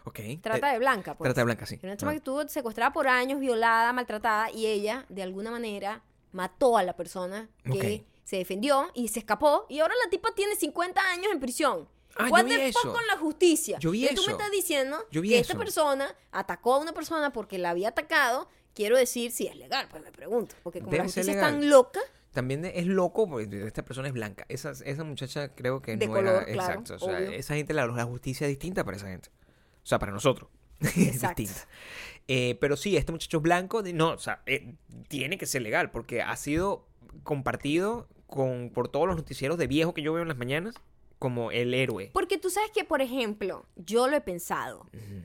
S2: Ok.
S1: Trata
S2: Eh,
S1: de blanca, pues.
S2: Mm. Trata de blanca, sí.
S1: Era una chama
S2: Ah.
S1: que estuvo secuestrada por años, violada, maltratada, y ella, de alguna manera, mató a la persona que
S2: Ok.
S1: se defendió y se escapó. Y ahora la tipa tiene 50 años en prisión.
S2: Ah, yo
S1: What
S2: vi
S1: the fuck
S2: eso.
S1: con la justicia?
S2: Yo vi
S1: Y tú
S2: eso.
S1: me estás diciendo
S2: Yo vi
S1: que esta
S2: eso.
S1: persona atacó a una persona porque la había atacado. Quiero decir, si es legal, pues me pregunto. Porque como la
S2: Debe ser
S1: justicia es
S2: legal.
S1: tan loca,
S2: También es loco porque esta persona es blanca. Esa, esa muchacha creo que
S1: De
S2: no
S1: color,
S2: era
S1: claro,
S2: exacto. O sea,
S1: obvio.
S2: esa gente, la, la justicia es distinta para esa gente. O sea, para nosotros. Es
S1: Exacto.
S2: distinta. Eh, pero sí, este muchacho es blanco, de- no, o sea, eh, tiene que ser legal porque ha sido compartido con, por todos los noticieros de viejo que yo veo en las mañanas como el héroe.
S1: Porque tú sabes que, por ejemplo, yo lo he pensado.
S2: Ujú.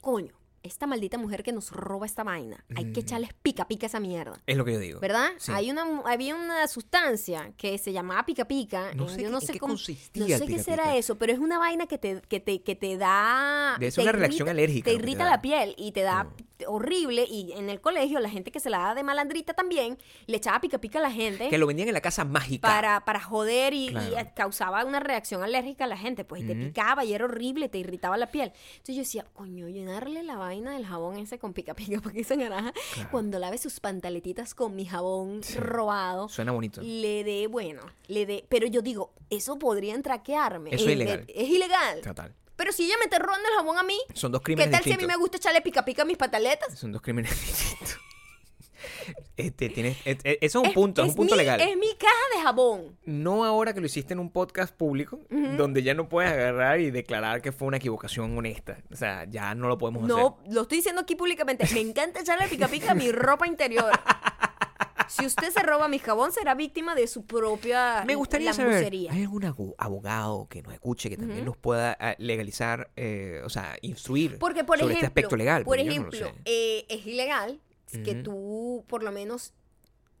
S1: Coño, esta maldita mujer que nos roba esta vaina. Hay
S2: Mm.
S1: que echarles pica pica a esa mierda.
S2: Es lo que yo digo.
S1: ¿Verdad?
S2: Sí.
S1: Hay una, mu- había una sustancia que se llamaba pica pica.
S2: No
S1: eh,
S2: sé
S1: yo
S2: qué-
S1: no
S2: en
S1: sé
S2: qué
S1: cómo-
S2: consistía
S1: No
S2: el
S1: sé qué
S2: pica
S1: será
S2: pica.
S1: eso, pero es una vaina que te, que te, que te da.
S2: Debe ser
S1: te
S2: una reacción alérgica
S1: Te
S2: lo que te
S1: irrita
S2: da. Oh.
S1: la piel y te da horrible. Y en el colegio, la gente que se la da de malandrita también le echaba pica pica a la gente
S2: Que lo vendían en la casa mágica.
S1: para, para joder y, y
S2: Claro.
S1: causaba una reacción alérgica a la gente, pues y te
S2: Ujú.
S1: picaba y era horrible, te irritaba la piel. Entonces yo decía, coño, llenarle la vaina del jabón ese con pica pica, porque esa naranja, cuando lave sus pantaletitas con mi jabón robado,
S2: Suena bonito.
S1: le dé, bueno, le dé, pero yo digo, eso podrían traquearme.
S2: Eso es
S1: en
S2: ilegal.
S1: vez- Es ilegal.
S2: Total.
S1: Pero si ella me te ronda el jabón a mí,
S2: Son dos
S1: ¿qué
S2: crímenes
S1: tal si a mí
S2: distintos.
S1: me gusta echarle pica pica a mis pataletas?
S2: Son dos crímenes distintos. Este, tienes, et- et- eso es un
S1: Es-
S2: punto, es,
S1: es
S2: un punto
S1: mi-
S2: legal.
S1: Es mi caja de jabón.
S2: No ahora que lo hiciste en un podcast público, donde ya no puedes agarrar y declarar que fue una equivocación honesta. O sea, ya no lo podemos hacer.
S1: No, lo estoy diciendo aquí públicamente. Me encanta echarle pica pica a mi ropa interior. Si usted se roba mi jabón, será víctima de su propia eh,
S2: Me gustaría saber,
S1: lambucería.
S2: ¿hay algún agu- abogado que nos escuche que también nos pueda eh, legalizar, eh, o sea, instruir
S1: Porque, por
S2: sobre
S1: ejemplo,
S2: este aspecto legal?
S1: por
S2: Porque yo no lo
S1: ejemplo,
S2: sé.
S1: eh, es ilegal que
S2: Ujú.
S1: tú, por lo menos,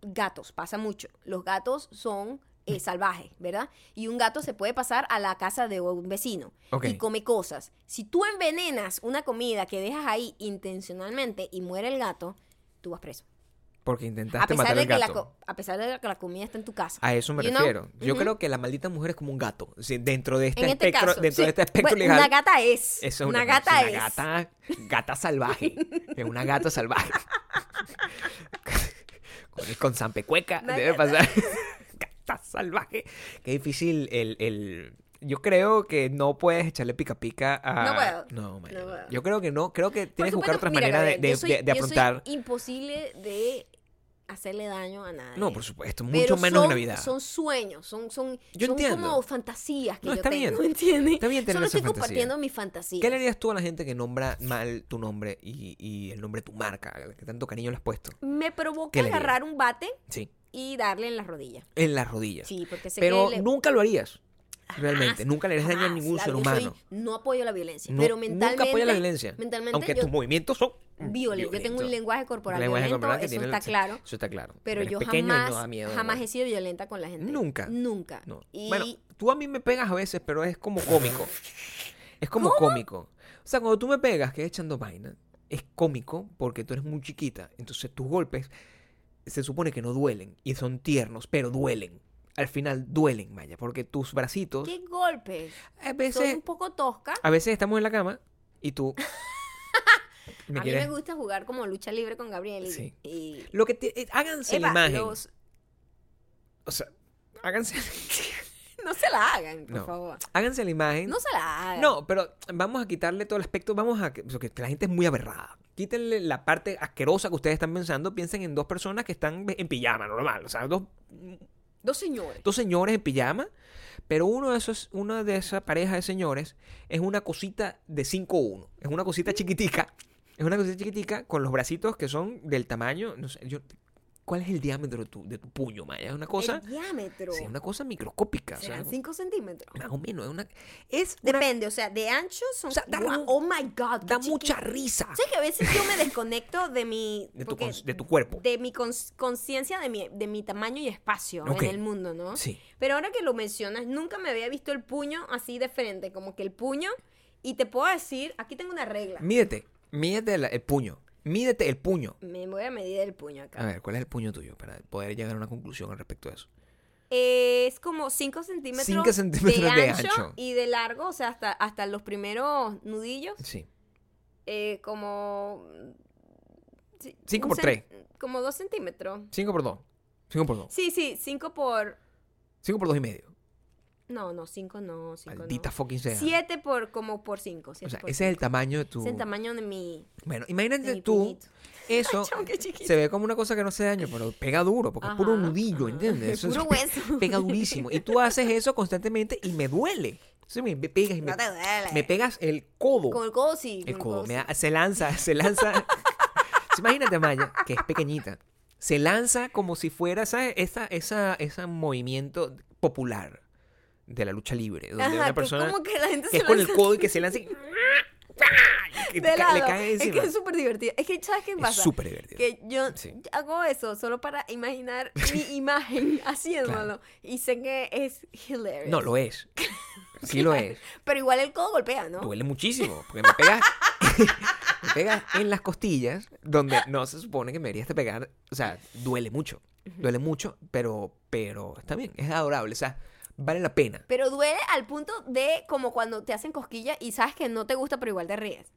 S1: gatos, pasa mucho. Los gatos son
S2: Mm.
S1: eh, salvajes, ¿verdad? Y un gato se puede pasar a la casa de un vecino
S2: Ok.
S1: y come cosas. Si tú envenenas una comida que dejas ahí intencionalmente y muere el gato, tú vas preso.
S2: porque
S1: a
S2: intentaste
S1: pesar
S2: matar
S1: de
S2: al
S1: que la
S2: gato. Ah,
S1: co- a pesar de que la comida está en tu casa.
S2: A eso me
S1: You know?
S2: refiero. Yo
S1: Ujú.
S2: creo que la maldita mujer es como un gato. O sea, dentro de este
S1: en este
S2: espectro,
S1: caso,
S2: dentro de
S1: sí.
S2: este espectro
S1: Bueno,
S2: legal.
S1: una gata es.
S2: es
S1: una, gata
S2: es
S1: es.
S2: una gata, gata salvaje. es una gata salvaje. con, con Zampecueca
S1: Una
S2: debe
S1: gata.
S2: pasar. gata salvaje. Qué difícil el, el- Yo creo que no puedes echarle pica pica a.
S1: No puedo.
S2: No, man.
S1: No puedo.
S2: Yo creo que no. Creo que
S1: Por
S2: tienes que buscar
S1: supuesto,
S2: otras
S1: mira,
S2: maneras de,
S1: Gabriel,
S2: de-
S1: yo soy-
S2: de- de
S1: yo soy
S2: afrontar.
S1: imposible de hacerle daño a nadie.
S2: No, por supuesto.
S1: Pero
S2: Mucho menos
S1: son,
S2: en Navidad.
S1: Son sueños, son, son,
S2: Yo
S1: son
S2: entiendo.
S1: como fantasías que
S2: No,
S1: yo
S2: está bien.
S1: tengo, ¿entiendes?
S2: Está bien tener
S1: Solo
S2: esa
S1: estoy
S2: fantasía.
S1: compartiendo mi fantasía.
S2: ¿Qué le harías tú a la gente que nombra mal tu nombre y, y el nombre de tu marca, a la que tanto cariño le has puesto?
S1: Me
S2: ¿Qué
S1: provoca
S2: le harías?
S1: agarrar un bate
S2: Sí,
S1: y darle en las rodillas.
S2: en las rodillas.
S1: Sí, porque sé
S2: Pero
S1: que le-
S2: nunca lo harías. Realmente,
S1: Jamás,
S2: nunca le harías daño a
S1: jamás.
S2: ningún
S1: Claro,
S2: ser
S1: yo
S2: humano.
S1: soy- no apoyo la violencia,
S2: Nu-
S1: pero mentalmente...
S2: nunca apoya la violencia.
S1: Mentalmente
S2: Aunque
S1: yo,
S2: tus movimientos son
S1: violento. Yo tengo un
S2: violentos.
S1: lenguaje corporal
S2: Ah, Lenguaje
S1: violento,
S2: corporal que
S1: eso
S2: tiene la-
S1: está claro.
S2: Eso está claro.
S1: Pero
S2: Eres
S1: yo
S2: pequeño y no
S1: jamás,
S2: da miedo,
S1: jamás
S2: güey.
S1: he sido violenta con la gente.
S2: Nunca.
S1: Nunca.
S2: No.
S1: Y
S2: Bueno, tú a mí me pegas a veces, pero es como cómico. Es como cómico. O sea, cuando tú me pegas, que es echando vaina, es cómico porque tú eres muy chiquita. Entonces tus golpes se supone que no duelen y son tiernos, pero duelen. Al final duelen, Maya, porque tus bracitos
S1: qué golpes.
S2: a
S1: Soy
S2: veces,
S1: un poco tosca.
S2: a veces estamos en la cama y tú me
S1: a mí
S2: quieres-
S1: me gusta jugar como lucha libre con Gabriel. y-
S2: Sí.
S1: Y,
S2: Lo que te- eh, háganse la
S1: Epa,
S2: imagen.
S1: los-
S2: O sea, háganse,
S1: no se la hagan, por
S2: No.
S1: favor.
S2: háganse la imagen.
S1: No se la hagan.
S2: No, pero vamos a quitarle todo el aspecto, vamos a que porque la gente es muy aberrada. Quítenle la parte asquerosa que ustedes están pensando, piensen en dos personas que están en pijama, normal, o sea, dos,
S1: Dos señores.
S2: dos señores en pijama, pero uno de esos, una de esas parejas de señores es una cosita de 5-1, es una cosita chiquitica, es una cosita chiquitica con los bracitos que son del tamaño, no sé, yo- ¿cuál es el diámetro de tu, de tu puño, Maya? Es una cosa,
S1: El diámetro.
S2: sí, es una cosa microscópica, o sea,
S1: Serán 5 centímetros.
S2: más o menos, es una, es una-
S1: Depende, o sea, de ancho son.
S2: O sea, da
S1: Wow,
S2: mu-
S1: oh my God. qué
S2: da
S1: chiquito.
S2: mucha risa.
S1: ¿Sabes que a veces yo me desconecto de mi.
S2: de tu,
S1: porque-
S2: cons- de tu cuerpo.
S1: de mi cons- conciencia de mi, de mi tamaño y espacio
S2: Ok.
S1: en el mundo, ¿no?
S2: Sí.
S1: Pero ahora que lo mencionas, nunca me había visto el puño así de frente, como que el puño, y te puedo decir, aquí tengo una regla.
S2: Mídete, mídete la- el puño. Mídete el puño.
S1: Me voy a medir el puño acá.
S2: Ah. A ver, ¿cuál es el puño tuyo? Para poder llegar a una conclusión al respecto de eso.
S1: Es como 5 centímetros,
S2: Cinco centímetros
S1: de,
S2: de
S1: ancho
S2: ancho.
S1: y de largo, o sea, hasta, hasta los primeros nudillos,
S2: Sí.
S1: eh, como... sí,
S2: Cinco
S1: un
S2: por
S1: cen- Como 2 centímetros.
S2: 5 por 2. 5 por 2.
S1: Sí, sí, 5 por...
S2: 5 por 2 y medio.
S1: No, no, 5 no, 5 no.
S2: Maldita fucking sea.
S1: 7 por como por 5.
S2: O sea, ese es el tamaño de tu.
S1: el tamaño de mi...
S2: Bueno,
S1: de
S2: imagínate
S1: mi
S2: tú,
S1: puñito.
S2: eso
S1: Chamo, qué chiquito.
S2: se ve como una cosa que no hace daño, pero pega duro, porque es puro
S1: Ajá,
S2: nudillo,
S1: ajá.
S2: ¿entiendes? Eso es-
S1: Puro hueso.
S2: Pega durísimo. Y tú haces eso constantemente y me duele. Sí, me me pegas y me,
S1: No te duele.
S2: me pegas el codo.
S1: Con el codo sí.
S2: El
S1: con
S2: codo. me
S1: sí.
S2: da- se lanza, se lanza. Sí, Imagínate a Maya, que es pequeñita. Se lanza como si fuera, ¿sabes? Esa, esa, ese movimiento popular de la lucha libre. Donde
S1: Ajá,
S2: una
S1: que es
S2: persona
S1: como que la gente se
S2: que es con el
S1: lanza
S2: codo y que se lanza y, y
S1: de
S2: te ca- le
S1: lado.
S2: cae
S1: es
S2: encima.
S1: que es súper divertido. Es que, ¿sabes qué
S2: Es
S1: pasa?
S2: súper divertido.
S1: Que yo
S2: Sí.
S1: hago eso solo para imaginar mi imagen haciéndolo. Y sé que es hilarious.
S2: No, lo es. Sí lo es.
S1: Pero igual el codo golpea, ¿no?
S2: Duele muchísimo. Porque me pegas. me pegas en las costillas. Donde no se supone que me deberías de pegar. O sea, duele mucho. Duele mucho. Pero, pero está bien. Es adorable. O sea, vale la pena.
S1: Pero duele al punto de como cuando te hacen cosquillas y sabes que no te gusta, pero igual te ríes.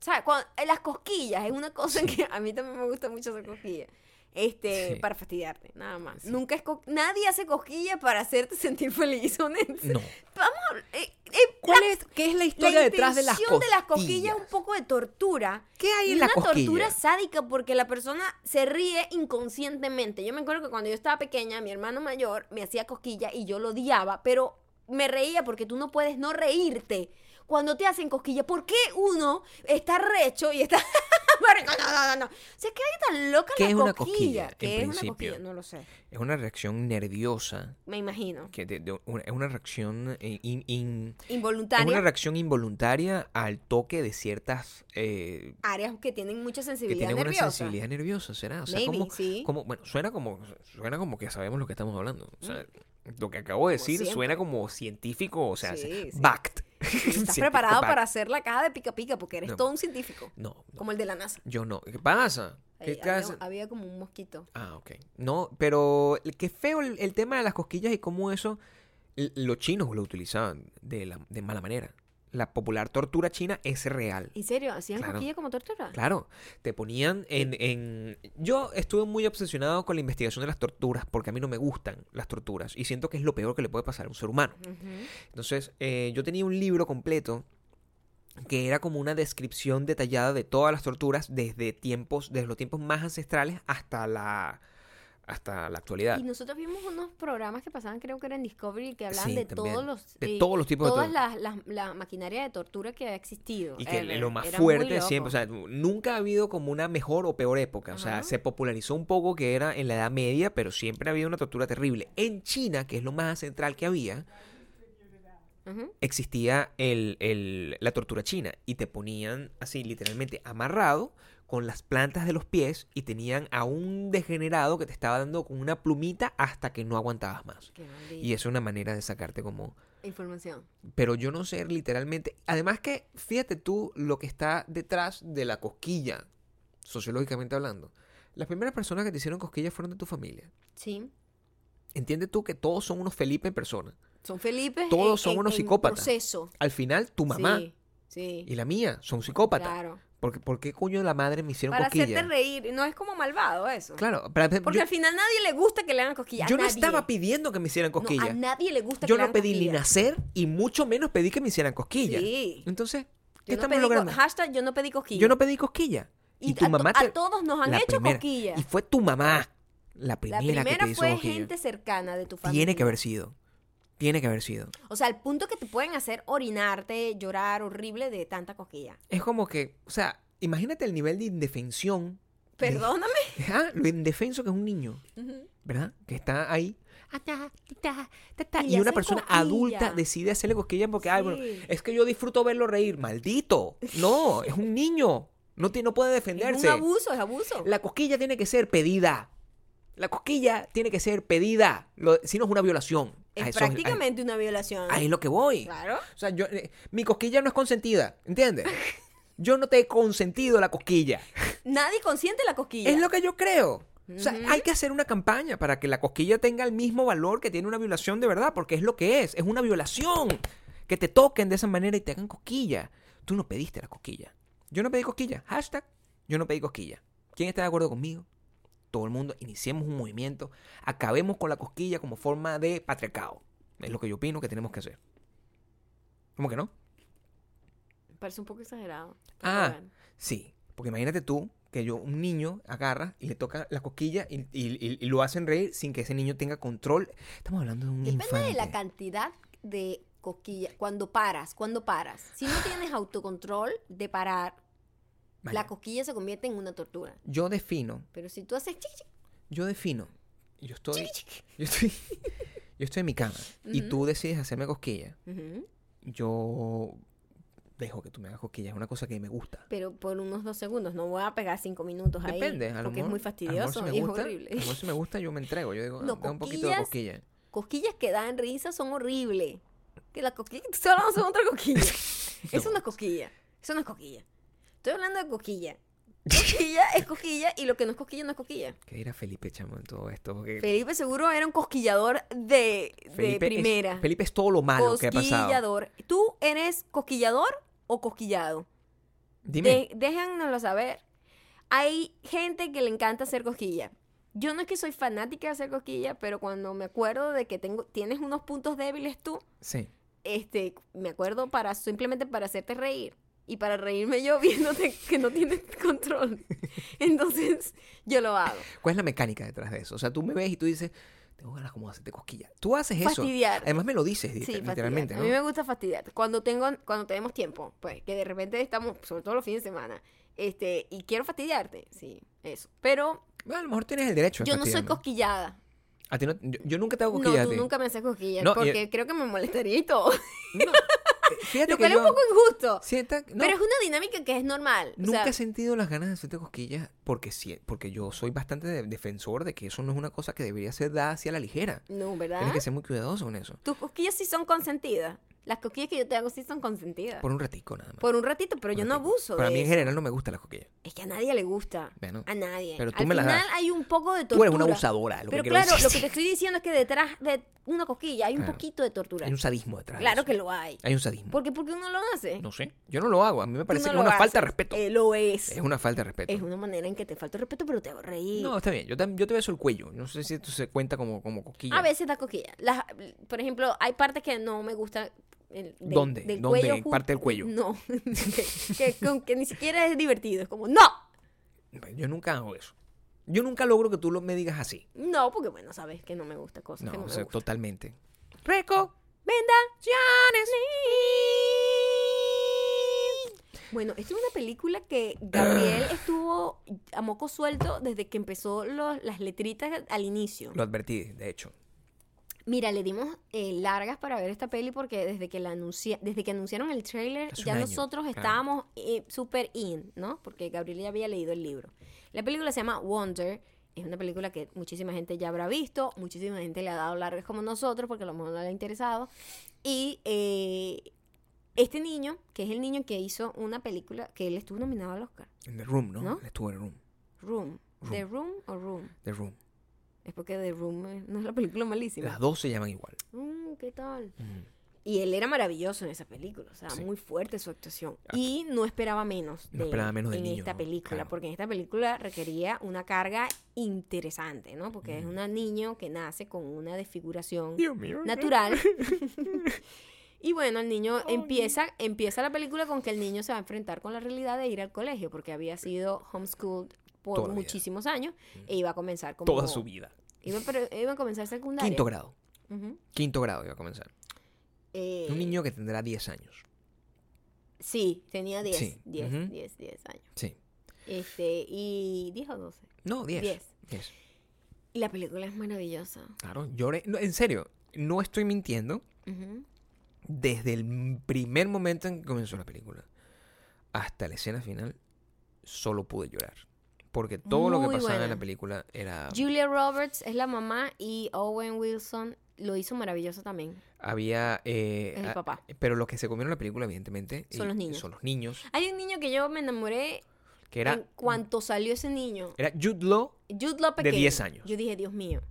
S1: O sea, cuando- eh, las cosquillas es una cosa que a mí también me gusta mucho hacer cosquillas. Este,
S2: Sí.
S1: para fastidiarte, nada más. Nunca es co- nadie hace cosquillas para hacerte sentir feliz, honest-
S2: No.
S1: Vamos, a- eh, eh,
S2: ¿Cuál
S1: la-
S2: es, ¿Qué es la
S1: La
S2: historia
S1: intención
S2: detrás de las costillas?
S1: de las cosquillas es un poco de tortura.
S2: ¿Qué hay
S1: Y
S2: en la
S1: una
S2: cosquilla?
S1: tortura sádica porque la persona se ríe inconscientemente. Yo me acuerdo que cuando yo estaba pequeña, mi hermano mayor me hacía cosquillas y yo lo odiaba, pero me reía porque tú no puedes no reírte cuando te hacen cosquillas. ¿Por qué uno está recho y está... Marico, no, no, no, no. O sea, ¿qué hay tan loca
S2: ¿Qué
S1: la
S2: es una cosquilla,
S1: cosquilla?
S2: en
S1: ¿Qué es una
S2: principio?
S1: cosquilla? No lo sé.
S2: Es una reacción nerviosa.
S1: Me imagino.
S2: Que de- de una- es una reacción eh, in- in- es
S1: Involuntaria.
S2: una reacción involuntaria al toque de ciertas eh,
S1: Áreas que tienen mucha
S2: que
S1: sensibilidad
S2: tienen una
S1: nerviosa.
S2: sensibilidad nerviosa, ¿será? O sea,
S1: Maybe,
S2: como,
S1: sí.
S2: como- bueno, suena como, suena como que sabemos lo que estamos hablando. O sea, lo que acabo de decir
S1: Mm. siempre.
S2: suena como científico, o sea,
S1: Sí, sí.
S2: backed.
S1: Estás
S2: Científico
S1: preparado
S2: backed.
S1: para hacer la caja de pica pica porque eres
S2: No.
S1: todo un científico,
S2: No, no,
S1: como el de la NASA.
S2: yo no. ¿Qué pasa? ¿Qué
S1: Ahí había,
S2: pasa?
S1: había como un mosquito.
S2: Ah, ok. No, pero el- qué feo el, el tema de las cosquillas y cómo eso l- los chinos lo utilizaban de, la- de mala manera. La popular tortura china es real.
S1: ¿En serio? ¿Hacían
S2: Claro.
S1: cosquillas como tortura?
S2: Claro, te ponían en, en... Yo estuve muy obsesionado con la investigación de las torturas porque a mí no me gustan las torturas y siento que es lo peor que le puede pasar a un ser humano.
S1: Ujú.
S2: Entonces, eh, yo tenía un libro completo que era como una descripción detallada de todas las torturas desde tiempos, desde los tiempos más ancestrales hasta la, hasta la actualidad.
S1: Y nosotros vimos unos programas que pasaban, creo que era en Discovery, que hablaban
S2: Sí,
S1: de
S2: también.
S1: todos los...
S2: De
S1: eh,
S2: todos los tipos de
S1: Todas
S2: torturas.
S1: las, las- la maquinaria de tortura que ha existido.
S2: Y que
S1: Era-
S2: lo más
S1: era muy
S2: fuerte
S1: loco.
S2: siempre, o sea, nunca ha habido como una mejor o peor época. O sea,
S1: Ajá.
S2: se popularizó un poco que era en la Edad Media, pero siempre ha habido una tortura terrible. En China, que es lo más central que había,
S1: Ujú.
S2: existía el, el- la tortura china y te ponían así literalmente amarrado con las plantas de los pies y tenían a un degenerado que te estaba dando con una plumita hasta que no aguantabas más.
S1: Qué
S2: Y
S1: maldita
S2: eso es una manera de sacarte como
S1: información.
S2: pero yo no sé literalmente. Además que, fíjate tú lo que está detrás de la cosquilla, sociológicamente hablando. Las primeras personas que te hicieron cosquillas fueron de tu familia.
S1: Sí.
S2: Entiende tú que todos son unos Felipe en persona.
S1: Son Felipe.
S2: Todos
S1: en-
S2: son
S1: en-
S2: unos
S1: en
S2: psicópatas.
S1: proceso.
S2: Al final, tu mamá
S1: Sí, sí.
S2: y la mía son psicópatas.
S1: Claro.
S2: Porque, ¿Por qué coño de la madre me hicieron
S1: Para hacerte
S2: cosquillas?
S1: reír. No es como malvado eso.
S2: Claro, para-
S1: Porque
S2: yo,
S1: al final nadie le gusta que le hagan cosquillas. a
S2: yo no
S1: nadie.
S2: estaba pidiendo que me hicieran
S1: No,
S2: cosquillas.
S1: a nadie le gusta
S2: yo
S1: que le
S2: no
S1: hagan
S2: pedí ni
S1: cosquillas.
S2: nacer y mucho menos pedí que me hicieran cosquillas.
S1: Sí.
S2: Entonces, ¿qué
S1: Yo no
S2: estamos
S1: pedí co-
S2: logrando?
S1: Hashtag yo no pedí cosquillas.
S2: Yo no pedí cosquilla. Y,
S1: Y
S2: tu
S1: a to-
S2: mamá
S1: a
S2: te-
S1: todos nos han
S2: la
S1: hecho
S2: primera.
S1: cosquillas.
S2: Y fue tu mamá la
S1: La
S2: primera, que
S1: primera
S2: te hizo
S1: fue
S2: cosquillas.
S1: gente cercana de tu familia.
S2: Tiene que haber sido. Tiene que haber sido.
S1: O sea, al punto que te pueden hacer orinarte, llorar horrible de tanta cosquilla.
S2: Es como que, o sea, imagínate el nivel de indefensión. de-
S1: Perdóname.
S2: Ah, lo indefenso que es un niño,
S1: Ujú.
S2: ¿verdad? Que está ahí. ah, ta, ta, ta, ta,
S1: Y
S2: Y,
S1: le
S2: una
S1: hacen
S2: persona
S1: cosquillas.
S2: adulta decide hacerle cosquillas porque, ay, bueno,
S1: Sí.
S2: es que yo disfruto verlo reír. Maldito. No, es un niño. No, te, no puede
S1: Es
S2: defenderse.
S1: un abuso, es abuso.
S2: La cosquilla tiene que ser pedida. La cosquilla tiene que ser pedida. Lo- si no es una violación. A
S1: es
S2: eso- a-
S1: prácticamente una violación.
S2: Ahí es lo que voy.
S1: Claro.
S2: O sea, yo, eh, mi cosquilla no es consentida, ¿entiendes? Yo no te he consentido la cosquilla.
S1: Nadie consiente la cosquilla.
S2: Es lo que yo creo. O sea, hay que hacer una campaña para que la cosquilla tenga el mismo valor que tiene una violación de verdad, porque es lo que es, es una violación. Que te toquen de esa manera y te hagan cosquilla. Tú no pediste la cosquilla. Yo no pedí cosquilla. Hashtag, yo no pedí cosquilla. ¿Quién está de acuerdo conmigo? Todo el mundo, iniciemos un movimiento, acabemos con la cosquilla como forma de patriarcado. Es lo que yo opino que tenemos que hacer. ¿Cómo que no?
S1: Parece un poco exagerado. pero
S2: Ah,
S1: bueno.
S2: sí. Porque imagínate tú que yo, un niño, agarra y le toca la cosquilla y, y- y- y lo hacen reír sin que ese niño tenga control. Estamos hablando de un
S1: Depende
S2: infante.
S1: de la cantidad de cosquillas. Cuando paras, cuando paras. Si no tienes autocontrol de parar,
S2: Vale.
S1: la cosquilla se convierte en una tortura.
S2: Yo defino,
S1: Pero si tú haces chiqui, chiqui,
S2: yo defino. Yo estoy, yo estoy, yo estoy en mi cama y
S1: Ujú.
S2: tú decides hacerme cosquilla.
S1: ujú,
S2: Yo dejo que tú me hagas cosquilla. Es una cosa que me gusta.
S1: pero por unos dos segundos, no voy a pegar cinco minutos ahí.
S2: Depende, a lo
S1: porque es
S2: mejor-
S1: muy fastidioso
S2: a lo mejor si me
S1: y es
S2: gusta, A
S1: horrible.
S2: lo mejor si me gusta, yo me entrego. Yo digo,
S1: No,
S2: "Ah, da un poquito de cosquilla.
S1: Cosquillas que dan risa son horribles. Que la cosquilla, solo vamos a hacer otra cosquilla. Eso no es cosquilla. Eso no es cosquilla. Estoy hablando de cosquilla. Cosquilla es cosquilla y lo que no es cosquilla no es cosquilla.
S2: ¿Qué dirá Felipe Chamo en todo esto? Porque
S1: Felipe seguro era un cosquillador de, de
S2: Felipe es-
S1: primera.
S2: Felipe es todo lo malo que ha pasado.
S1: cosquillador. ¿Tú eres cosquillador o cosquillado? De-
S2: Dime.
S1: déjanoslo saber. Hay gente que le encanta hacer cosquilla. Yo no es que soy fanática de hacer cosquilla, pero cuando me acuerdo de que tengo, tienes unos puntos débiles tú,
S2: Sí.
S1: este, me acuerdo para simplemente para hacerte reír y para reírme yo viéndote que no tienes control. Entonces, yo lo hago.
S2: ¿Cuál es la mecánica detrás de eso? O sea, tú me ves y tú dices, tengo ganas como de hacerte cosquillas. Tú haces eso.
S1: Fastidiar.
S2: Además me lo dices,
S1: Sí,
S2: liter-
S1: fastidiar.
S2: literalmente,
S1: A mí
S2: ¿no?
S1: me gusta fastidiar. Cuando tengo, cuando tenemos tiempo, pues, que de repente estamos, sobre todo los fines de semana, este, y quiero fastidiarte, sí, eso. Pero
S2: Bueno, a lo mejor tienes el derecho. de
S1: yo no soy
S2: fastidiarme.
S1: cosquillada.
S2: A ti no- yo, yo nunca te hago
S1: No,
S2: cosquillas. a
S1: tú
S2: ti.
S1: nunca me haces cosquillas,
S2: No, y-
S1: porque creo que me molestaría y todo.
S2: No. Eh, Fíjate
S1: Lo
S2: que
S1: cual es
S2: yo
S1: un poco injusto.
S2: sienta- no,
S1: Pero es una dinámica que es normal. o
S2: nunca
S1: sea,
S2: he sentido las ganas de hacerte cosquillas porque sí, porque yo soy bastante de- defensor de que eso no es una cosa que debería ser dada hacia la ligera.
S1: No, ¿verdad?
S2: Tienes que ser muy cuidadoso con eso.
S1: Tus cosquillas sí son consentidas. Las cosquillas que yo te hago sí son consentidas.
S2: Por
S1: Por,
S2: un ratico nada más.
S1: un ratito, pero
S2: Un
S1: yo no
S2: ratico.
S1: abuso
S2: Pero a
S1: de
S2: mí en
S1: eso.
S2: general no me gustan las cosquillas.
S1: Es que a nadie le gusta.
S2: Bueno,
S1: a nadie.
S2: pero tú
S1: Al
S2: me las
S1: final
S2: das.
S1: hay un poco de
S2: Tú
S1: tortura.
S2: eres una abusadora. Lo
S1: Pero
S2: que quiero
S1: claro, lo que
S2: decir.
S1: te estoy diciendo es que detrás de una cosquilla hay un
S2: Claro.
S1: poquito de tortura.
S2: Hay un sadismo detrás. de
S1: Claro
S2: eso.
S1: que lo hay.
S2: Hay un sadismo.
S1: ¿Por qué? Porque uno lo hace.
S2: No sé. Yo no lo hago. A mí me parece
S1: Tú
S2: que
S1: no
S2: es
S1: lo
S2: una falta
S1: haces.
S2: de respeto.
S1: Eh, lo es.
S2: Es una falta de respeto.
S1: Es una manera en que te falta el respeto, pero te hago reír.
S2: No, está bien. Yo, tam- yo te beso el cuello. No sé si esto se cuenta como, como cosquilla.
S1: A veces da cosquilla. Las- por ejemplo, hay partes que no me gusta. el- del-
S2: ¿Dónde?
S1: Del
S2: ¿Dónde?
S1: cuello ju-
S2: Parte del cuello.
S1: No. que, que- con que ni siquiera es divertido. Es como, ¡no!
S2: Yo nunca hago eso. Yo nunca logro que tú lo- me digas así.
S1: No, porque bueno, sabes que no me gusta cosas
S2: No,
S1: que no
S2: o
S1: me
S2: sea,
S1: gustan.
S2: totalmente.
S1: Reco. Bueno, esta es una película que Gabriel estuvo a moco suelto desde que empezó los- las letritas al inicio.
S2: Lo advertí, de hecho.
S1: Mira, le dimos eh, largas para ver esta peli porque desde que la anuncia, desde que anunciaron el tráiler
S2: Hace un
S1: ya
S2: año,
S1: nosotros
S2: claro.
S1: estábamos eh, súper in, ¿no? Porque Gabriel ya había leído el libro. La película se llama Wonder. Es una película que muchísima gente ya habrá visto, muchísima gente le ha dado largas como nosotros porque a lo mejor no le ha interesado. Y eh, este niño, que es el niño que hizo una película que él estuvo nominado al Oscar,
S2: En The Room, ¿no?
S1: ¿No?
S2: Estuvo en The Room.
S1: Room.
S2: Room.
S1: ¿The Room o Room?
S2: The Room.
S1: Es porque The Room eh, no es la película malísima.
S2: Las dos se llaman igual.
S1: Mm, ¿Qué tal?
S2: Ujú.
S1: Y él era maravilloso en esa película, o sea,
S2: Sí.
S1: muy fuerte su actuación.
S2: Ah.
S1: Y no esperaba menos
S2: No
S1: de
S2: esperaba
S1: él
S2: menos del
S1: en
S2: niño,
S1: esta
S2: ¿no?
S1: película,
S2: Claro.
S1: porque en esta película requería una carga interesante, ¿no? Porque es un niño que nace con una desfiguración
S2: Mm. Dios mío.
S1: natural. y bueno, el niño empieza, empieza la película con que el niño se va a enfrentar con la realidad de ir al colegio, porque había sido homeschooled por
S2: Toda la vida.
S1: muchísimos años e iba a comenzar como...
S2: Mm. Toda su vida.
S1: Iba, a pre- iba a comenzar secundaria.
S2: Quinto grado.
S1: Ujú.
S2: Quinto grado iba a comenzar.
S1: Eh,
S2: Un niño que tendrá 10 años.
S1: Sí, tenía 10,
S2: Sí,
S1: 10,
S2: ujú.
S1: 10, 10 años.
S2: Sí.
S1: Este, y 10 o 12.
S2: No, 10.
S1: Diez.
S2: 10.
S1: Y la película es maravillosa.
S2: Claro, lloré. No, en serio, no estoy mintiendo.
S1: Ujú.
S2: Desde el primer momento en que comenzó la película hasta la escena final, solo pude llorar. Porque todo lo
S1: Muy
S2: que pasaba en
S1: buena.
S2: la película era.
S1: Julia Roberts es la mamá y Owen Wilson lo hizo maravilloso también.
S2: Había. eh,
S1: Es el
S2: a-
S1: papá.
S2: Pero los que se comieron la película, evidentemente.
S1: Son
S2: y-
S1: los niños.
S2: Son los niños.
S1: Hay un niño que yo me enamoré
S2: Que era.
S1: en cuanto salió ese niño.
S2: Era Jude Law
S1: Jude Law
S2: De
S1: pequeño.
S2: 10 años.
S1: Yo dije, Dios mío,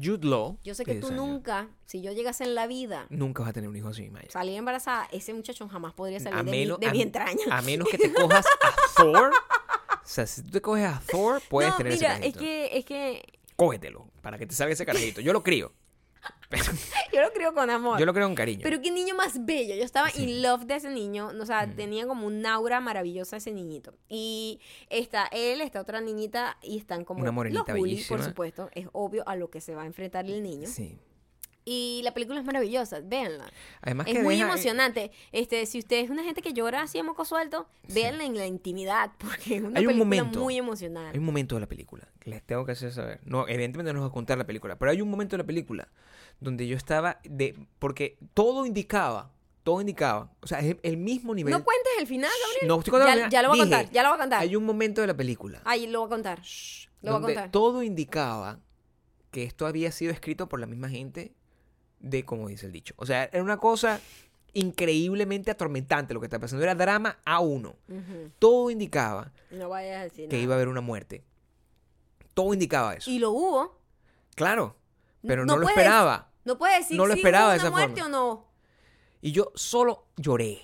S2: Jude Law.
S1: yo sé que
S2: de
S1: tú
S2: 10 años, Mm.
S1: nunca, si yo llegase en la vida,
S2: Nunca vas a tener un hijo así, Maya.
S1: salir embarazada, ese muchacho jamás podría salir
S2: A
S1: de,
S2: menos-
S1: mi, de
S2: a-
S1: mi entraña.
S2: A menos que te cojas a Thor. O sea, si tú te coges a Thor, puedes
S1: no,
S2: tener
S1: mira,
S2: ese
S1: es
S2: carajito.
S1: que, es que
S2: Cógetelo, para que te salga ese carajito. Yo lo crío.
S1: yo lo creo con amor.
S2: Yo lo creo con cariño.
S1: Pero qué niño más bello. Yo estaba in love de ese niño. O
S2: Mm.
S1: sea, tenía como un aura maravillosa ese niñito. Y está él, está otra niñita y están como
S2: Una morenita
S1: los bullies, por
S2: bellísima.
S1: supuesto. Es obvio a lo que se va a enfrentar el niño.
S2: Sí.
S1: Y la película es maravillosa, véanla.
S2: Además
S1: es
S2: que
S1: muy
S2: deja- eh,
S1: emocionante. Este, si usted es una gente que llora así a moco suelto, véanla en la intimidad, porque es una
S2: Hay un
S1: película
S2: momento.
S1: muy emocional.
S2: Hay un momento de la película que les tengo que hacer saber. No, evidentemente no les voy a contar la película, pero hay un momento de la película donde yo estaba de porque todo indicaba, todo indicaba, o sea, es el mismo nivel.
S1: No cuentes el final, Gabriel.
S2: No, estoy contando
S1: Ya-
S2: la verdad.
S1: ya lo voy a
S2: Dije,
S1: contar, ya lo voy a contar.
S2: Hay un momento de la película
S1: Ay, lo voy a contar.
S2: shh,
S1: lo voy a
S2: donde
S1: contar.
S2: todo indicaba que esto había sido escrito por la misma gente de como dice el dicho. O sea, era una cosa increíblemente atormentante lo que está pasando, era drama a uno.
S1: Ujú.
S2: Todo indicaba
S1: No vayas a decir
S2: que
S1: nada.
S2: iba a haber una muerte. Todo indicaba eso.
S1: Y lo hubo.
S2: Claro, pero
S1: No
S2: no, lo
S1: puedes.
S2: esperaba.
S1: No puede decir
S2: No lo
S1: si
S2: esperaba
S1: hubo
S2: de
S1: una
S2: esa
S1: muerte
S2: forma.
S1: o no.
S2: Y yo solo lloré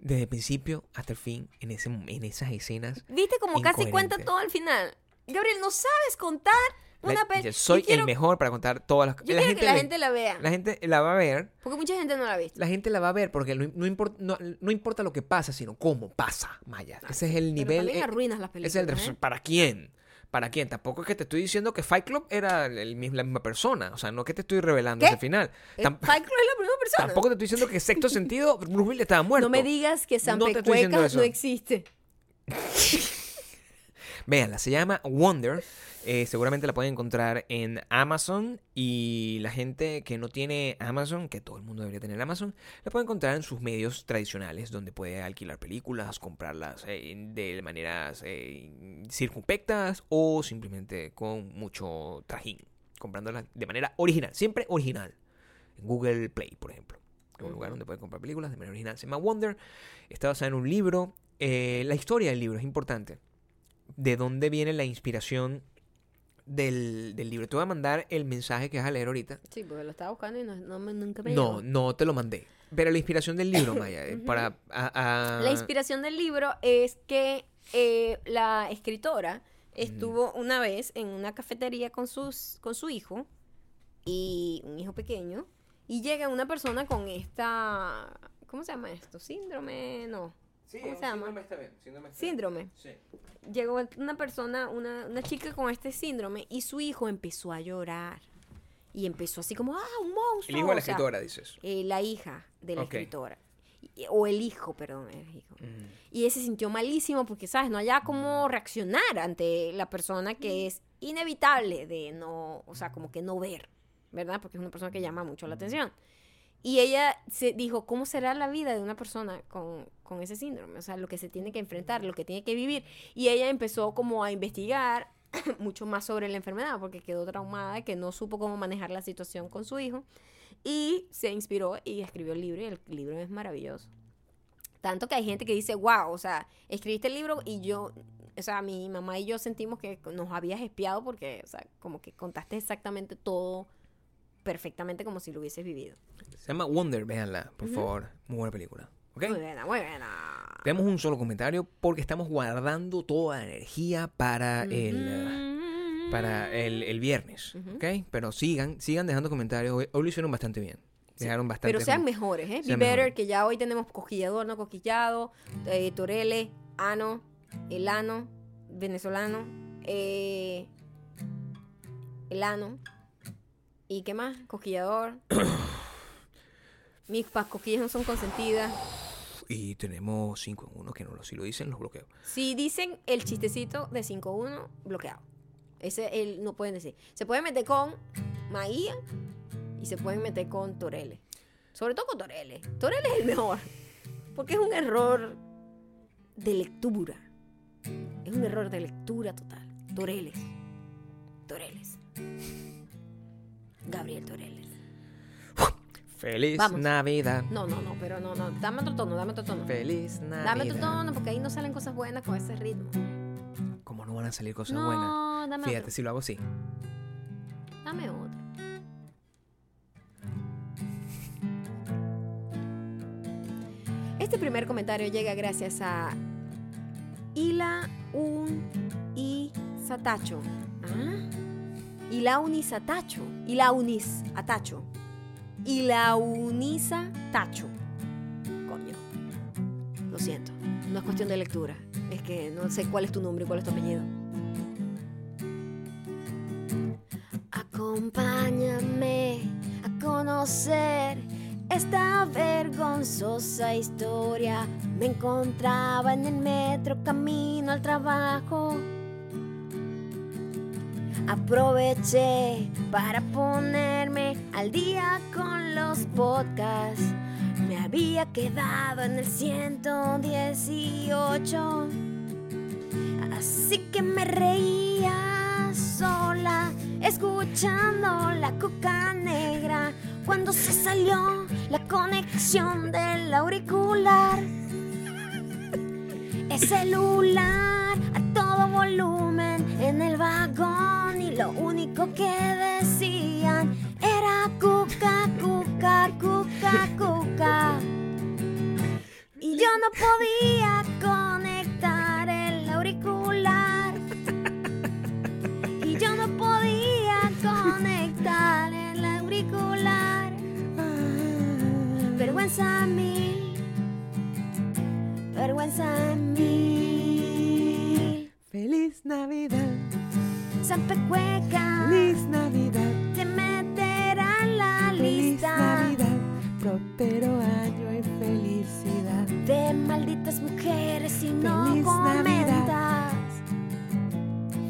S2: desde el principio hasta el fin en, ese, mom- en esas escenas.
S1: Viste como casi
S2: Incoherente.
S1: cuenta todo al final. Gabriel, no sabes contar una
S2: La-
S1: película.
S2: yo soy el mejor para contar todas las
S1: Yo quiero que la gente la vea.
S2: la gente la va a ver.
S1: Porque mucha gente no la ha visto.
S2: La gente la va a ver porque no, no import- no- no importa lo que pasa, sino cómo pasa, Maya. Ese es el
S1: Pero
S2: nivel.
S1: también
S2: eh,
S1: arruinas las películas.
S2: ese es el
S1: ¿eh?
S2: resu- ¿Para quién? ¿Para quién? Tampoco es que te estoy diciendo que Fight Club era el mi- la misma persona. O sea, no que te estoy revelando
S1: ¿Qué?
S2: ese final.
S1: Eh,
S2: Tam-
S1: Fight Club es la primera persona.
S2: tampoco te estoy diciendo que sexto sentido, Bruce Willis estaba muerto.
S1: no me digas que San
S2: No te estoy diciendo
S1: Pecuecas
S2: eso.
S1: no existe.
S2: Véanla, se llama Wonder. Eh, seguramente la pueden encontrar en Amazon. Y la gente que no tiene Amazon, que todo el mundo debería tener Amazon, la puede encontrar en sus medios tradicionales, donde puede alquilar películas, comprarlas eh, de maneras eh, circunspectas o simplemente con mucho trajín. Comprándolas de manera original, siempre original. En Google Play, por ejemplo. que es Un lugar donde pueden comprar películas de manera original. Se llama Wonder. Está basada en un libro. Eh, la historia del libro es importante de dónde viene la inspiración del, del libro. Te voy a mandar el mensaje que vas a leer ahorita.
S1: Sí, porque lo estaba buscando y no, no me- nunca me
S2: No,
S1: llegó.
S2: no te lo mandé. Pero la inspiración del libro, Maya, eh, para... a- a-
S1: La inspiración del libro es que eh, la escritora estuvo una vez en una cafetería con, sus, con su hijo y un hijo pequeño y llega una persona con esta ¿cómo se llama esto? síndrome no ¿cómo se llama? síndrome llegó una persona una, una chica con este síndrome y su hijo empezó a llorar y empezó así como ah un monstruo
S2: El hijo de la
S1: o sea,
S2: escritora, dices.
S1: eh, la hija de la
S2: Ok.
S1: escritora. Y- O el hijo, perdón, el hijo. Y ese se sintió malísimo porque, ¿sabes? No haya cómo reaccionar ante la persona que es inevitable de no, o sea, como que no ver, ¿verdad? Porque es una persona que llama mucho la atención. Y ella se dijo, ¿cómo será la vida de una persona con, con ese síndrome? O sea, lo que se tiene que enfrentar, lo que tiene que vivir. Y ella empezó como a investigar mucho más sobre la enfermedad porque quedó traumada, que no supo cómo manejar la situación con su hijo. Y se inspiró y escribió el libro y el libro es maravilloso. Tanto que hay gente que dice, wow, o sea, escribiste el libro y yo, o sea, mi mamá y yo sentimos que nos habías espiado porque, o sea, como que contaste exactamente todo perfectamente como si lo hubieses vivido.
S2: Se llama Wonder, véanla, por favor. Muy buena película. ¿Ok?
S1: Muy buena, muy buena.
S2: Tenemos un solo comentario porque estamos guardando toda la energía para el... eh, para el, el viernes, ¿ok? Pero sigan, sigan dejando comentarios. Hoy, hoy lo hicieron bastante bien. Dejaron bastante.
S1: Pero sean mejores, ¿eh? Be
S2: sean
S1: better,
S2: mejores.
S1: que ya hoy tenemos cosquillador, no cosquillado, eh, Torele, Ano, Elano, venezolano, eh, Elano. ¿Y qué más? Cosquillador. Mis pas- cosquillas no son consentidas.
S2: Y tenemos 5 en 1 que no lo, si lo dicen, los bloqueo.
S1: Si dicen el chistecito de 5-1, bloqueado. Ese el, no pueden decir. Se pueden meter con Maía y se pueden meter con Torele. Sobre todo con Torele. Torele es el mejor. Porque es un error de lectura. Es un error de lectura total. Toreles. Toreles. Gabriel Toreles.
S2: Feliz
S1: Vamos.
S2: Navidad.
S1: No, no, no, pero no, no. Dame otro tono, dame otro tono.
S2: Feliz Navidad.
S1: Dame otro tono porque ahí no salen cosas buenas con ese ritmo.
S2: Como
S4: cómo van a salir cosas buenas.
S1: No, dame
S4: Fíjate,
S1: otro.
S4: si lo hago así.
S1: Dame otro. Este primer comentario llega gracias a Ila Un y Satacho. ¿Ah? Ila Unis Atacho. Ila Unis Atacho. Ila Unisa Tacho. Coño. Lo siento. No es cuestión de lectura. Es que no sé cuál es tu nombre y cuál es tu apellido. Acompáñame a conocer esta vergonzosa historia. Me encontraba en el metro camino al trabajo. Aproveché para ponerme al día con los podcasts. Me había quedado en el 118. Así que me reía sola, escuchando la coca negra. Cuando se salió la conexión del auricular, el celular a todo volumen en el vagón. Y lo único que decían era cuca, cuca, cuca, cuca. Y yo no podía conectar el auricular. Y yo no podía conectar el auricular. Ah, vergüenza a mí. Vergüenza a mí.
S4: Feliz Navidad,
S1: San Pecueca.
S4: Navidad,
S1: Te meterán la lista.
S4: próspero año y felicidad.
S1: de malditas mujeres si no
S4: Feliz
S1: comentas.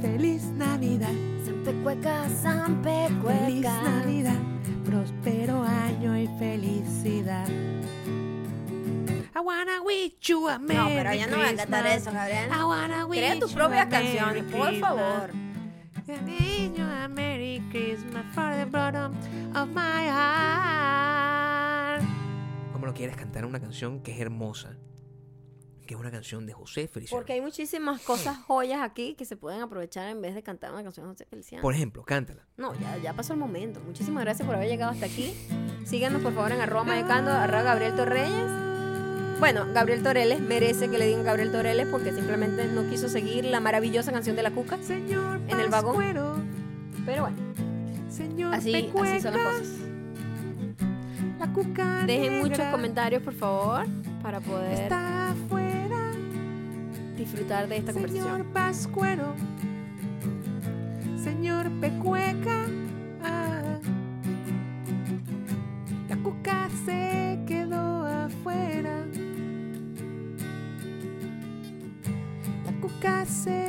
S4: Feliz Navidad,
S1: San Pecueca, San Pecueca.
S4: próspero año y felicidad. I wanna wish you a
S1: No, pero ya no voy a cantar eso, Gabriel.
S4: wanna
S1: Crea tus propias canciones, por favor.
S4: Wishing you a Merry Christmas for the bottom of my heart. ¿Cómo no quieres cantar una canción que es hermosa? Que es una canción de José Feliciano.
S1: Porque hay muchísimas cosas joyas aquí que se pueden aprovechar en vez de cantar una canción de José Feliciano.
S4: Por ejemplo, cántala.
S1: No, ya, ya pasó el momento. Muchísimas gracias por haber llegado hasta aquí. Síganos por favor en arroba mayocando, arroba Gabriel Torreyes. Bueno, Gabriel Toreles merece que le digan Gabriel Toreles porque simplemente no quiso seguir la maravillosa canción de la cuca.
S4: Señor
S1: En el vagón.
S4: Pascuero,
S1: Pero bueno,
S4: señor
S1: así, así son las
S4: Pecueca,
S1: cosas.
S4: La cuca
S1: Dejen muchos
S4: negra
S1: comentarios, por favor, para poder
S4: Está afuera,
S1: disfrutar de esta conversación.
S4: señor Pascuero. Señor Pecueca. ah. La cuca se quedó afuera. La cuca se